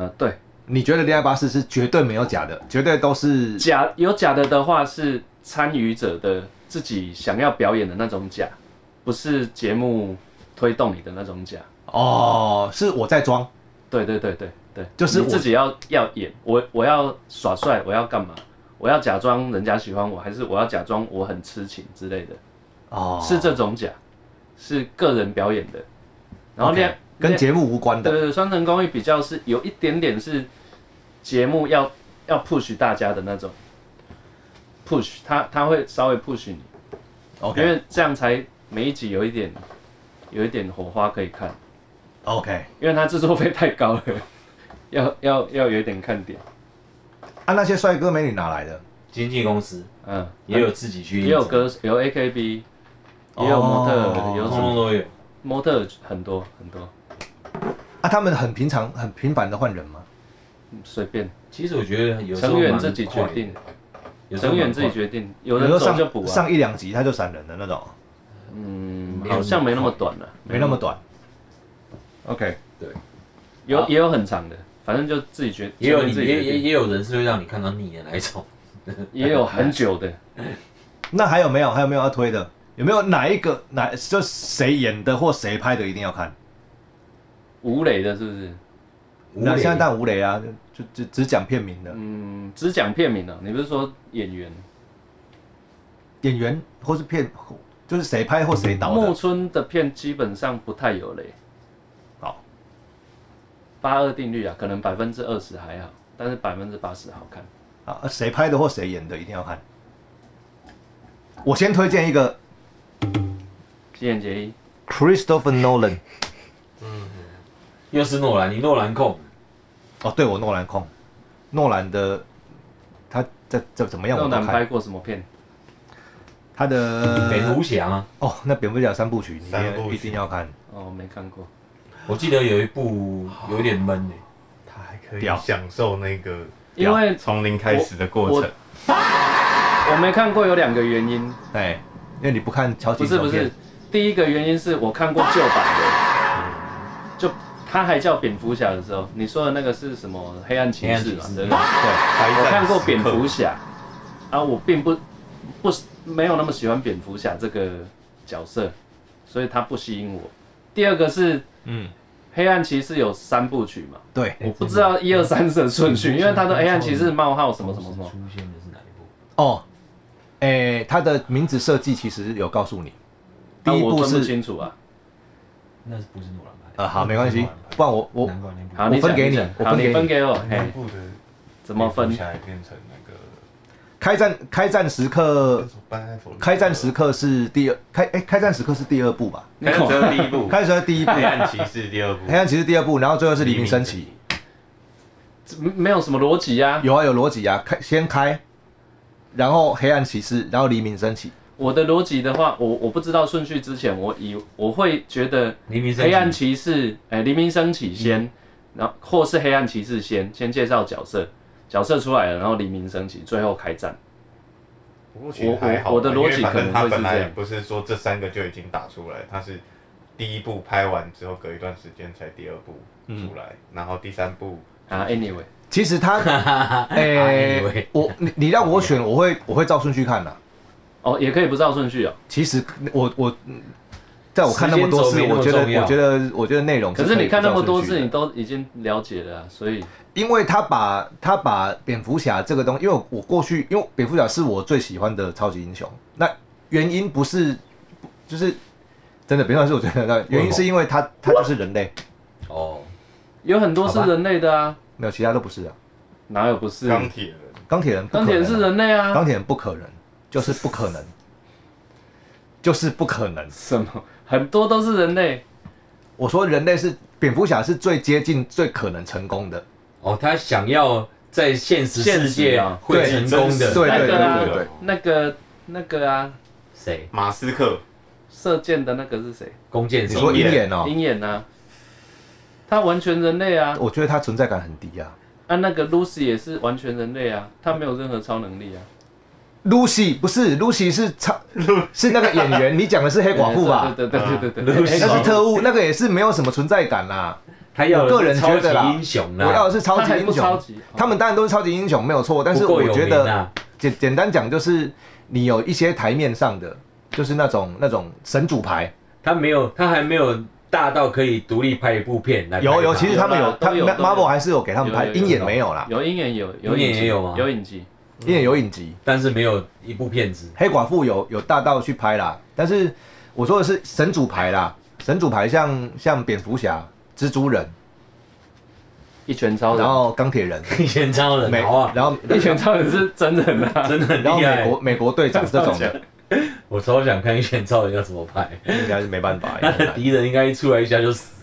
Speaker 1: 呃，对，
Speaker 2: 你觉得《恋爱巴士》是绝对没有假的，绝对都是
Speaker 1: 假有假的的话是参与者的自己想要表演的那种假，不是节目推动你的那种假。
Speaker 2: 哦，是我在装。
Speaker 1: 对对对对对，
Speaker 2: 就是
Speaker 1: 你
Speaker 2: 我
Speaker 1: 自己要要演，我我要耍帅，我要干嘛？我要假装人家喜欢我，还是我要假装我很痴情之类的？
Speaker 2: 哦，
Speaker 1: 是这种假，是个人表演的。然后
Speaker 2: OK，
Speaker 1: 恋
Speaker 2: 跟节目无关
Speaker 1: 对
Speaker 2: 的。
Speaker 1: 对，对双城公寓比较是有一点点是节目要要 push 大家的那种 push，他他会稍微 push 你，因
Speaker 2: OK
Speaker 1: 为这样才每一集有一点有一点火花可以看，
Speaker 2: OK，
Speaker 1: 因为他制作费太高了，要要要有一点看点，
Speaker 2: 啊，那些帅哥美女哪来的？
Speaker 3: 经纪公司
Speaker 1: 嗯，
Speaker 3: 也有自己去，
Speaker 1: 也有，歌手有 AKB，也有模特
Speaker 2: 哦
Speaker 1: 儿，有
Speaker 3: 通
Speaker 1: 什么
Speaker 3: 通都有。
Speaker 1: 模特儿很多很多，
Speaker 2: 啊，他们很平常、很频繁的换人吗？
Speaker 1: 嗯随便
Speaker 3: 其实我觉得有时候
Speaker 1: 成员
Speaker 3: 蛮
Speaker 1: 自己决
Speaker 3: 快的
Speaker 1: 定，
Speaker 3: 有时候
Speaker 1: 成员
Speaker 3: 蛮
Speaker 1: 自己
Speaker 3: 快的
Speaker 1: 决定，有
Speaker 2: 时
Speaker 1: 人
Speaker 2: 候
Speaker 1: 走就补
Speaker 2: 上
Speaker 1: 啊，
Speaker 2: 上一两集他就闪人的那种，
Speaker 1: 嗯，好像没那么短了、
Speaker 2: 没那么短。OK，
Speaker 1: 有
Speaker 3: 好
Speaker 1: 也有很长的，反正就自己决，
Speaker 3: 也有
Speaker 1: 自
Speaker 3: 你
Speaker 1: 己决
Speaker 3: 也
Speaker 1: 定
Speaker 3: 也也有人是会让你看到腻的那一种。
Speaker 1: 也有很久的，
Speaker 2: 那还有没有？还有没有要推的？有没有哪一个哪就谁演的或谁拍的一定要看？
Speaker 1: 吴磊的是不是？
Speaker 3: 无
Speaker 2: 那
Speaker 3: 聊
Speaker 2: 现在但吴磊啊，就就只讲片名的
Speaker 1: 嗯，只讲片名了、你不是说演员？啊
Speaker 2: 演员或是片，就是谁拍或谁导
Speaker 1: 木
Speaker 2: 的。
Speaker 1: 村的片基本上不太有雷，
Speaker 2: 好，
Speaker 1: 八二定律啊，可能百分之二十还好，但是百分之八十好看。
Speaker 2: 啊，谁拍的或谁演的一定要看。我先推荐一个
Speaker 1: 吉野结衣，
Speaker 2: Christopher Nolan。
Speaker 3: 又是诺兰，你诺兰控，
Speaker 2: 哦，对，我诺兰控，诺兰的他这这怎么样？
Speaker 1: 诺
Speaker 2: 我都
Speaker 1: 兰拍
Speaker 2: 看
Speaker 1: 过什么片？
Speaker 2: 他的
Speaker 3: 蝙蝠侠啊，
Speaker 2: 哦，那蝙蝠侠三部曲，你
Speaker 4: 三部
Speaker 2: 也
Speaker 4: 曲
Speaker 2: 一定要看。
Speaker 1: 哦，没看过。
Speaker 3: 我记得有一部有点闷诶，
Speaker 4: 他还可以
Speaker 2: 屌
Speaker 4: 享受那个
Speaker 1: 因为
Speaker 4: 从零开始的过
Speaker 1: 我
Speaker 4: 程。
Speaker 1: 我没看过有两个原因，
Speaker 2: 哎，因为你不看乔
Speaker 1: 不
Speaker 2: 景
Speaker 1: 是
Speaker 2: 照
Speaker 1: 不
Speaker 2: 片
Speaker 1: 是，，第一个原因是我看过旧版的，就他还叫蝙蝠侠的时候，你说的那个是什么黑暗骑
Speaker 3: 黑暗
Speaker 1: 士
Speaker 3: 骑
Speaker 1: 嘛
Speaker 3: 士，
Speaker 1: 对不对？
Speaker 2: 对，
Speaker 4: 白
Speaker 1: 我
Speaker 4: 战
Speaker 1: 看过
Speaker 4: 时
Speaker 1: 蝙
Speaker 4: 刻
Speaker 1: 蝠侠，啊，我并不不没有那么喜欢蝙蝠侠这个角色，所以他不吸引我。第二个是
Speaker 4: 嗯，
Speaker 1: 黑暗骑士有三部曲嘛，
Speaker 2: 对，
Speaker 3: 哎
Speaker 1: 我哎不知道一二三的顺序，
Speaker 2: 嗯
Speaker 1: 因为他的黑暗骑士冒号什么什么什么
Speaker 3: 出，现的是哪一部？
Speaker 2: 哦，哎，它的名字设计其实有告诉你，第一
Speaker 1: 啊我
Speaker 2: 步
Speaker 1: 分不
Speaker 2: 是
Speaker 1: 清楚啊。
Speaker 3: 那是不是诺兰啊拍的？
Speaker 2: 呃好，没关系，不然我我
Speaker 3: 难怪那部
Speaker 1: 好，
Speaker 2: 我
Speaker 1: 你讲
Speaker 2: 分给你
Speaker 1: 讲
Speaker 2: 我
Speaker 1: 好，
Speaker 2: 分给
Speaker 1: 你
Speaker 2: 你嗯
Speaker 1: 分给我，
Speaker 5: 那
Speaker 1: 嘿
Speaker 5: 一，部的
Speaker 1: 怎么分
Speaker 5: 蝙蝠？侠也变成那个
Speaker 2: 开战开战时刻
Speaker 5: 叫，什么班艾弗
Speaker 2: 开战时刻是第二开哎开战时刻是第二部吧？
Speaker 4: 黑暗只第一部，
Speaker 2: 开战时刻第一部，
Speaker 4: 黑暗骑士第二部，
Speaker 2: 黑暗骑士第二部，然后最后是黎明升起。
Speaker 1: 这没有什么逻辑啊。
Speaker 2: 有啊，有逻辑啊，开先开，然后黑暗骑士，然后黎明升起。
Speaker 1: 我的逻辑的话，我我不知道顺序之前，我以我会觉得
Speaker 3: 黎明升起
Speaker 1: 黑暗骑士，哎、黎明升起先，然后或是黑暗骑士先，先介绍角色，角色出来了，然后黎明升起，最后开战。
Speaker 5: 不过其实
Speaker 1: 我
Speaker 5: 还好吧，
Speaker 1: 我的逻辑
Speaker 5: 因为反正
Speaker 1: 可能
Speaker 5: 他
Speaker 1: 会是
Speaker 5: 本来
Speaker 1: 这
Speaker 5: 也
Speaker 1: 样
Speaker 5: 不是说这三个就已经打出来，他是第一部拍完之后隔一段时间才第二部出来，
Speaker 1: 嗯
Speaker 5: 然后第三部
Speaker 1: 啊，anyway，
Speaker 2: 其
Speaker 1: [laughs]
Speaker 2: 实他，
Speaker 1: 啊
Speaker 2: 诶、
Speaker 3: Anyway
Speaker 2: 我你你让我选，我会我会照顺序看的、啊
Speaker 1: 哦，也可以不照顺序哦。
Speaker 2: 其实我我，嗯在我看那么多
Speaker 3: 时
Speaker 2: 次，
Speaker 3: 间轴没那么
Speaker 2: 我觉得
Speaker 3: 重要
Speaker 2: 我觉得我觉得内容
Speaker 1: 可
Speaker 2: 哦是
Speaker 1: 是
Speaker 2: 以
Speaker 1: 你看那么多
Speaker 2: 不照
Speaker 1: 次，
Speaker 2: 顺
Speaker 1: 你
Speaker 2: 序的，
Speaker 1: 都已经了解了啊、所以
Speaker 2: 因为他把他把蝙蝠侠这个东西，因为我过去因为蝙蝠侠是我最喜欢的超级英雄，那原因不是就是真的，别说是我觉得那原因是因为他他就是人类，
Speaker 3: 哦，
Speaker 1: 有很多是
Speaker 3: 好吧
Speaker 1: 人类的啊，
Speaker 2: 没有其他都不是啊。
Speaker 1: 哪有不是？
Speaker 4: 啊
Speaker 5: 钢铁人
Speaker 2: 钢铁人不可
Speaker 1: 钢
Speaker 2: 能
Speaker 1: 铁
Speaker 2: 啊，
Speaker 1: 是人类啊
Speaker 2: 钢，铁人不可能，就是不可能，就是不可能。
Speaker 1: 什么很多都是人类。
Speaker 2: 我说人类是蝙蝠侠是最接近最可能成功的，
Speaker 3: 哦，他想要在现实世
Speaker 1: 现实
Speaker 3: 界
Speaker 1: 啊
Speaker 3: 会成功
Speaker 4: 对
Speaker 3: 的，
Speaker 2: 对
Speaker 1: 那
Speaker 2: 对对
Speaker 1: 个啊
Speaker 2: 对对，
Speaker 1: 那个那个啊，
Speaker 3: 谁？
Speaker 4: 马斯克，
Speaker 1: 射箭的那个是谁？
Speaker 3: 弓箭
Speaker 2: 你
Speaker 3: 手。
Speaker 2: 说鹰眼哦，
Speaker 1: 鹰眼啊，他完全人类啊，
Speaker 2: 我觉得他存在感很低啊。
Speaker 1: 啊那个 Lucy 也是完全人类啊，他没有任何超能力啊。
Speaker 2: Lucy 不是 Lucy 是超是那个演
Speaker 1: [laughs]
Speaker 2: 员，你讲的是黑寡妇吧？
Speaker 1: 对对对对对对
Speaker 3: 啊
Speaker 1: 对，
Speaker 2: 那是
Speaker 1: 黑寡妇
Speaker 2: 特务，那个也是没有什么存在感啦。
Speaker 3: 他要
Speaker 2: 我个人觉得啦
Speaker 3: 超级英雄啊
Speaker 2: 我要
Speaker 3: 啦
Speaker 2: 的，是超级
Speaker 1: 他还
Speaker 2: 英
Speaker 1: 不超
Speaker 2: 雄，
Speaker 1: 级，
Speaker 2: 他们当然都是超级英雄没有错，但是
Speaker 3: 不够
Speaker 2: 我
Speaker 3: 有
Speaker 2: 觉
Speaker 3: 名
Speaker 2: 得
Speaker 3: 啊，
Speaker 2: 简简单讲就是你有一些台面上的，就是那种那种神主牌，
Speaker 3: 他没有，他还没有大到可以独立拍一部片来拍他。
Speaker 2: 有有，其实他们
Speaker 1: 有
Speaker 2: 有
Speaker 1: 啦，
Speaker 2: 他
Speaker 1: 都有
Speaker 2: 们
Speaker 1: 都有
Speaker 2: Marvel 还是有给他们拍，
Speaker 1: 有有
Speaker 2: 鹰眼
Speaker 1: 有
Speaker 2: 没有啦，
Speaker 1: 有鹰眼有有
Speaker 3: 鹰眼
Speaker 1: 影集
Speaker 3: 也有吗
Speaker 1: 有影集，
Speaker 2: 鹰眼有影集，
Speaker 3: 但是没有一部片子。
Speaker 2: 黑寡妇有有大道去拍啦，但是我说的是神主牌啦，神主牌像像蝙蝠侠、蜘蛛人，
Speaker 1: 一拳超人
Speaker 2: 然，后钢铁人，
Speaker 3: 以前超人
Speaker 2: 美，
Speaker 3: 好啊，
Speaker 2: 然后
Speaker 1: 一拳超人是真人啊，
Speaker 3: 真的很
Speaker 2: [laughs] 然后
Speaker 3: 厉
Speaker 2: 美
Speaker 3: 害。
Speaker 2: 国美国队长这种的，
Speaker 3: 我超想看以前超人要怎么拍，
Speaker 2: 应该是没办法，
Speaker 3: 他的 [laughs] 敌人应该一出来一下就死。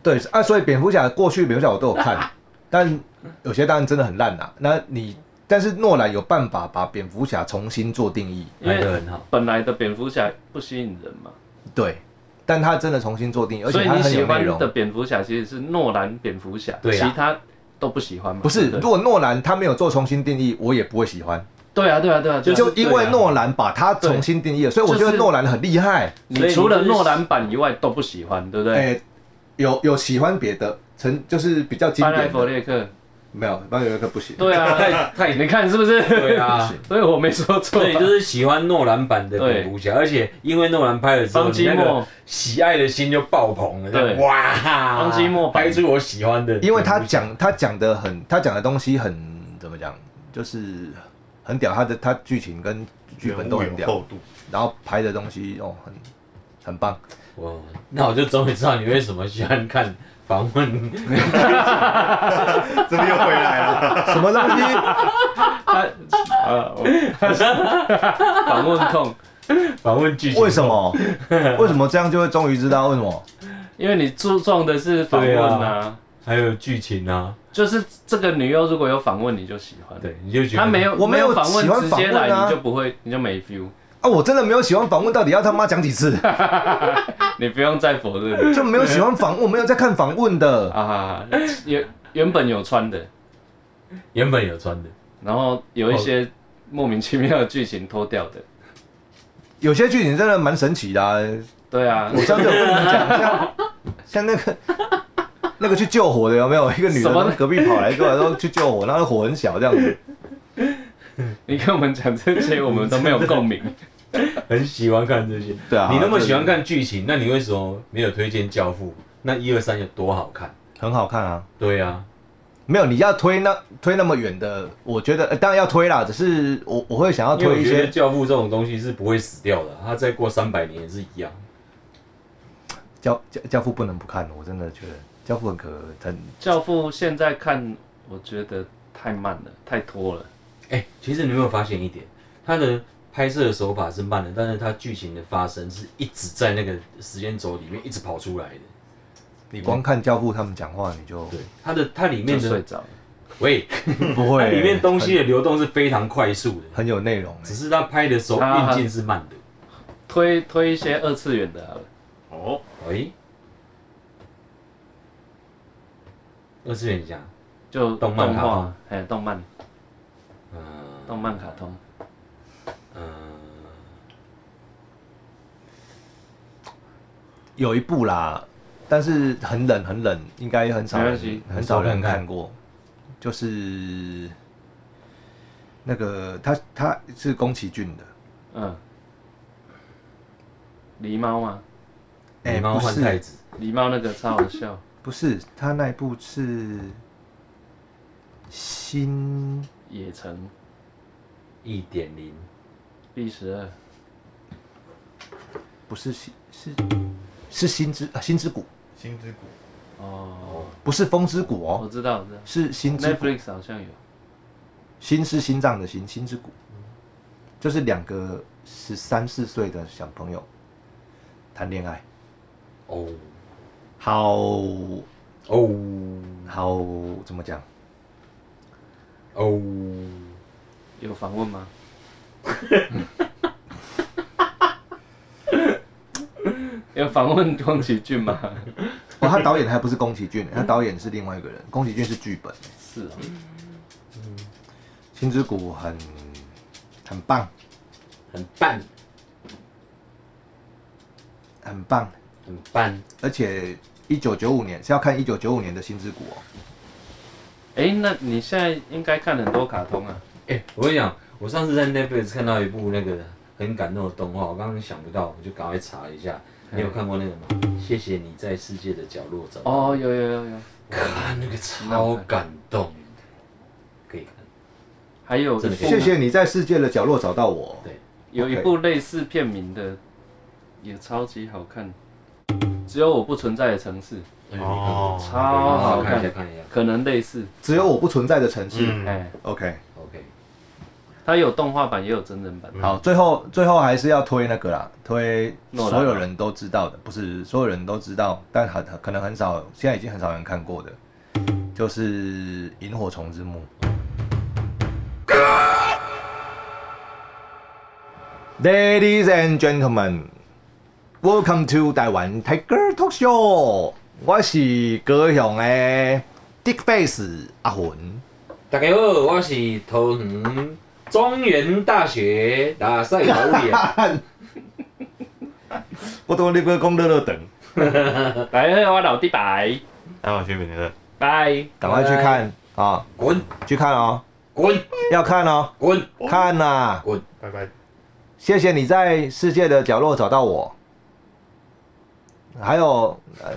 Speaker 2: 对啊，所以蝙蝠侠过去蝙蝠侠我都有看，但有些当然真的很烂啦。那你但是诺兰有办法把蝙蝠侠重新做定义，
Speaker 1: 因
Speaker 3: 拍
Speaker 1: 为
Speaker 3: 得很好，
Speaker 1: 本来的蝙蝠侠不吸引人嘛，
Speaker 2: 对，但他真的重新做定义，而
Speaker 1: 所
Speaker 2: 且
Speaker 1: 以
Speaker 2: 他
Speaker 1: 你
Speaker 2: 很
Speaker 1: 喜
Speaker 2: 有内
Speaker 1: 欢
Speaker 2: 容
Speaker 1: 的。蝙蝠侠其实是诺兰蝙蝠侠，
Speaker 3: 对
Speaker 1: 其
Speaker 3: 啊
Speaker 1: 他都不喜欢嘛。
Speaker 2: 不是，
Speaker 1: 对
Speaker 2: 如果诺兰他没有做重新定义，我也不会喜欢。
Speaker 1: 对啊对啊对啊，对啊
Speaker 2: 就因为诺兰把它
Speaker 1: 对
Speaker 2: 重新定义了，所以我觉
Speaker 1: 就
Speaker 2: 得
Speaker 1: 是
Speaker 2: 诺兰很厉害。
Speaker 1: 你除了诺兰版以外都不喜欢，对不对？
Speaker 2: 哎，有有喜欢别的，成就是比较经
Speaker 1: 班艾
Speaker 2: 典
Speaker 1: 弗
Speaker 2: 的，
Speaker 1: 列克，
Speaker 2: 没有，班艾弗克不行。
Speaker 1: 对啊，
Speaker 3: 太太
Speaker 1: 你看是不是？
Speaker 3: 对啊。
Speaker 1: 所以我没说错
Speaker 3: 对，
Speaker 1: 啊，
Speaker 3: 就是喜欢诺兰版的蝙蝠侠，而且因为诺兰拍了之后，
Speaker 1: 方
Speaker 3: 你
Speaker 1: 基
Speaker 3: 那个
Speaker 1: 莫
Speaker 3: 喜爱的心就爆棚了，
Speaker 1: 对
Speaker 3: 这样哇！方
Speaker 1: 基莫版
Speaker 3: 拍出我喜欢的，
Speaker 2: 因为他讲他讲的很，他讲的东西很怎么讲，就是很屌，他的他剧情跟剧本都很
Speaker 5: 人物有
Speaker 2: 屌
Speaker 5: 厚，度，
Speaker 2: 然后拍的东西哦很很棒。
Speaker 3: 我，那我就终于知道你为什么喜欢看访问， [laughs]
Speaker 5: 这边又回来了，
Speaker 2: 什么东西？
Speaker 1: 他啊，我 [laughs] 访问控，
Speaker 3: 访问剧情，
Speaker 2: 为什？么？为什么这样就会终于知道为什么？
Speaker 1: 因为你注重的是访问
Speaker 3: 对
Speaker 1: 啊，
Speaker 3: 还有剧情啊，
Speaker 1: 就是这个女优如果有访问你就喜欢，
Speaker 3: 对，你就觉得
Speaker 1: 她没有
Speaker 2: 我没
Speaker 1: 没
Speaker 2: 有
Speaker 1: 有访问
Speaker 2: 喜欢
Speaker 1: 直接
Speaker 2: 访问啊
Speaker 1: 来你就不会你就没 feel，
Speaker 2: 啊，我真的没有喜欢访问，到底要他妈讲几次？
Speaker 1: 你不用再否 [laughs] 认
Speaker 2: 就没有喜欢访，我没有在看访问的。
Speaker 1: 啊，原原本有穿的，
Speaker 3: 原本有穿的，
Speaker 1: 然后有一些莫名其妙的剧情脱掉的。
Speaker 2: 有些剧情真的蛮神奇的、啊，
Speaker 1: 对啊
Speaker 2: 我，上次有跟你们讲，像像那个那个去救火的有没有？一个女
Speaker 1: 什
Speaker 2: 的
Speaker 1: 么
Speaker 2: 从隔壁跑来过来说去救火，然后火很小这样子。
Speaker 1: 你跟我们讲这些，我们都没有共鸣。
Speaker 3: 很喜欢看这些。
Speaker 2: 对啊
Speaker 3: 你那么喜欢看剧情，那你为什么没有推荐《教父》？那一二三有多好看？
Speaker 2: 很好看啊。
Speaker 3: 对啊，
Speaker 2: 没有，你要推那推那么远的，我觉得、呃当然要推啦，只是我我会想要
Speaker 3: 因为
Speaker 2: 推
Speaker 3: 我
Speaker 2: 一
Speaker 3: 觉得
Speaker 2: 些
Speaker 3: 《教父》这种东西是不会死掉的，它再过三百年也是一样。
Speaker 2: 教教教父不能不看，我真的觉得教父很可很
Speaker 1: [laughs] 教父现在看，我觉得太慢了，太拖了。
Speaker 3: 哎、其实你有没有发现一点？它的拍摄的手法是慢的，但是它剧情的发生是一直在那个时间轴里面一直跑出来的。
Speaker 2: 你光看教父他们讲话你就
Speaker 3: 对，它的它里面
Speaker 1: 就睡
Speaker 3: 的
Speaker 1: 着了。
Speaker 3: 喂，
Speaker 2: 不
Speaker 3: 它
Speaker 2: 会、
Speaker 3: 里面东西的流动是非常快速的，
Speaker 2: 很很有内容、欸
Speaker 3: 只是它拍的时候
Speaker 1: 啊
Speaker 3: 运镜是慢的。
Speaker 1: 推推一些二次元的好了，
Speaker 4: 哦，
Speaker 3: 哎、二次元讲，
Speaker 1: 就
Speaker 3: 动漫卡通
Speaker 1: 画，哎，动漫
Speaker 3: 嗯、
Speaker 1: 动漫卡通，
Speaker 3: 嗯、
Speaker 2: 有一部啦，但是很冷很冷，应该很少
Speaker 1: 没
Speaker 2: 人
Speaker 1: 关系
Speaker 2: 很少人
Speaker 3: 很少人看
Speaker 2: 看过，就是那个他他是宫崎骏的，
Speaker 1: 嗯，狸猫吗？
Speaker 2: 哎
Speaker 3: 狸猫
Speaker 2: 不
Speaker 3: 换
Speaker 2: 是
Speaker 3: 太子，
Speaker 1: 狸猫那个超好笑， [laughs]
Speaker 2: 不是他那一部是新
Speaker 1: 野城
Speaker 3: 一点零，
Speaker 1: B 十二，
Speaker 2: 不是新是是心之啊心之谷，
Speaker 5: 星之谷
Speaker 1: 哦，
Speaker 2: 不是风之谷
Speaker 1: 我
Speaker 2: 哦，
Speaker 1: 知道，我知道
Speaker 2: 是心之谷，
Speaker 1: ，Netflix 好像有，
Speaker 2: 心是心脏的心，心之谷，就是两个十三四岁的小朋友谈恋爱，
Speaker 3: 哦
Speaker 2: 好
Speaker 3: 哦
Speaker 2: 好怎么讲？
Speaker 3: 哦，
Speaker 1: 有访问吗？ [laughs] 有访问宫崎骏吗？
Speaker 2: 哦，他导演还不是宫崎骏，他导演是另外一个人，宫崎骏是剧本，
Speaker 1: 是哦，
Speaker 2: 心之谷很很棒，
Speaker 3: 很棒，
Speaker 2: 很棒，
Speaker 3: 很棒，
Speaker 2: 而且一九九五年是要看一九九五年的心之谷哦。
Speaker 1: 哎，那你现在应该看很多卡通啊，
Speaker 3: 哎、我跟你讲，我上次在 Netflix 看到一部那个很感动的动画，我刚刚想不到，我就赶快查了一下。你有看过那个吗？谢谢你在世界的角落找到我。
Speaker 1: 哦，有有有有，
Speaker 3: 看那个超感动，可以看。
Speaker 1: 还有一
Speaker 3: 真的可以
Speaker 1: 部
Speaker 2: 谢谢你在世界的角落找到我。
Speaker 3: 对，
Speaker 1: 有一部类似片名的，也超级好看，只有我不存在的城市，
Speaker 3: 哎
Speaker 5: 哦
Speaker 3: 你看
Speaker 1: 超好看
Speaker 3: 看一下看一下。
Speaker 1: 可能类似，
Speaker 2: 只有我不存在的城市。
Speaker 5: 嗯
Speaker 1: 哎、
Speaker 2: OK，
Speaker 3: OK，
Speaker 1: 它有动画版也有真人版，
Speaker 2: 好，最后最后还是要推那个啦，推
Speaker 1: 诺兰
Speaker 2: 所有人都知道的，不是所有人都知道，但很可能很少，现在已经很少人看过的，就是《萤火虫之墓》。Ladies and gentlemen, welcome to 台湾 Tiger Talk Show。我是高雄的 Dick Face 阿魂。
Speaker 3: 大家好，我是桃园中原大学大赛导演。
Speaker 2: [laughs] 我懂你哥讲乐乐等。
Speaker 1: 来，我老弟拜
Speaker 4: 还有区别的，
Speaker 1: 拜，
Speaker 2: 赶快去看啊、
Speaker 3: 滚
Speaker 2: 去看哦，
Speaker 3: 滚
Speaker 2: 要看哦，
Speaker 3: 滚
Speaker 2: 看呐、
Speaker 3: 滚！
Speaker 5: 拜拜。
Speaker 2: 谢谢你在世界的角落找到我，还有呃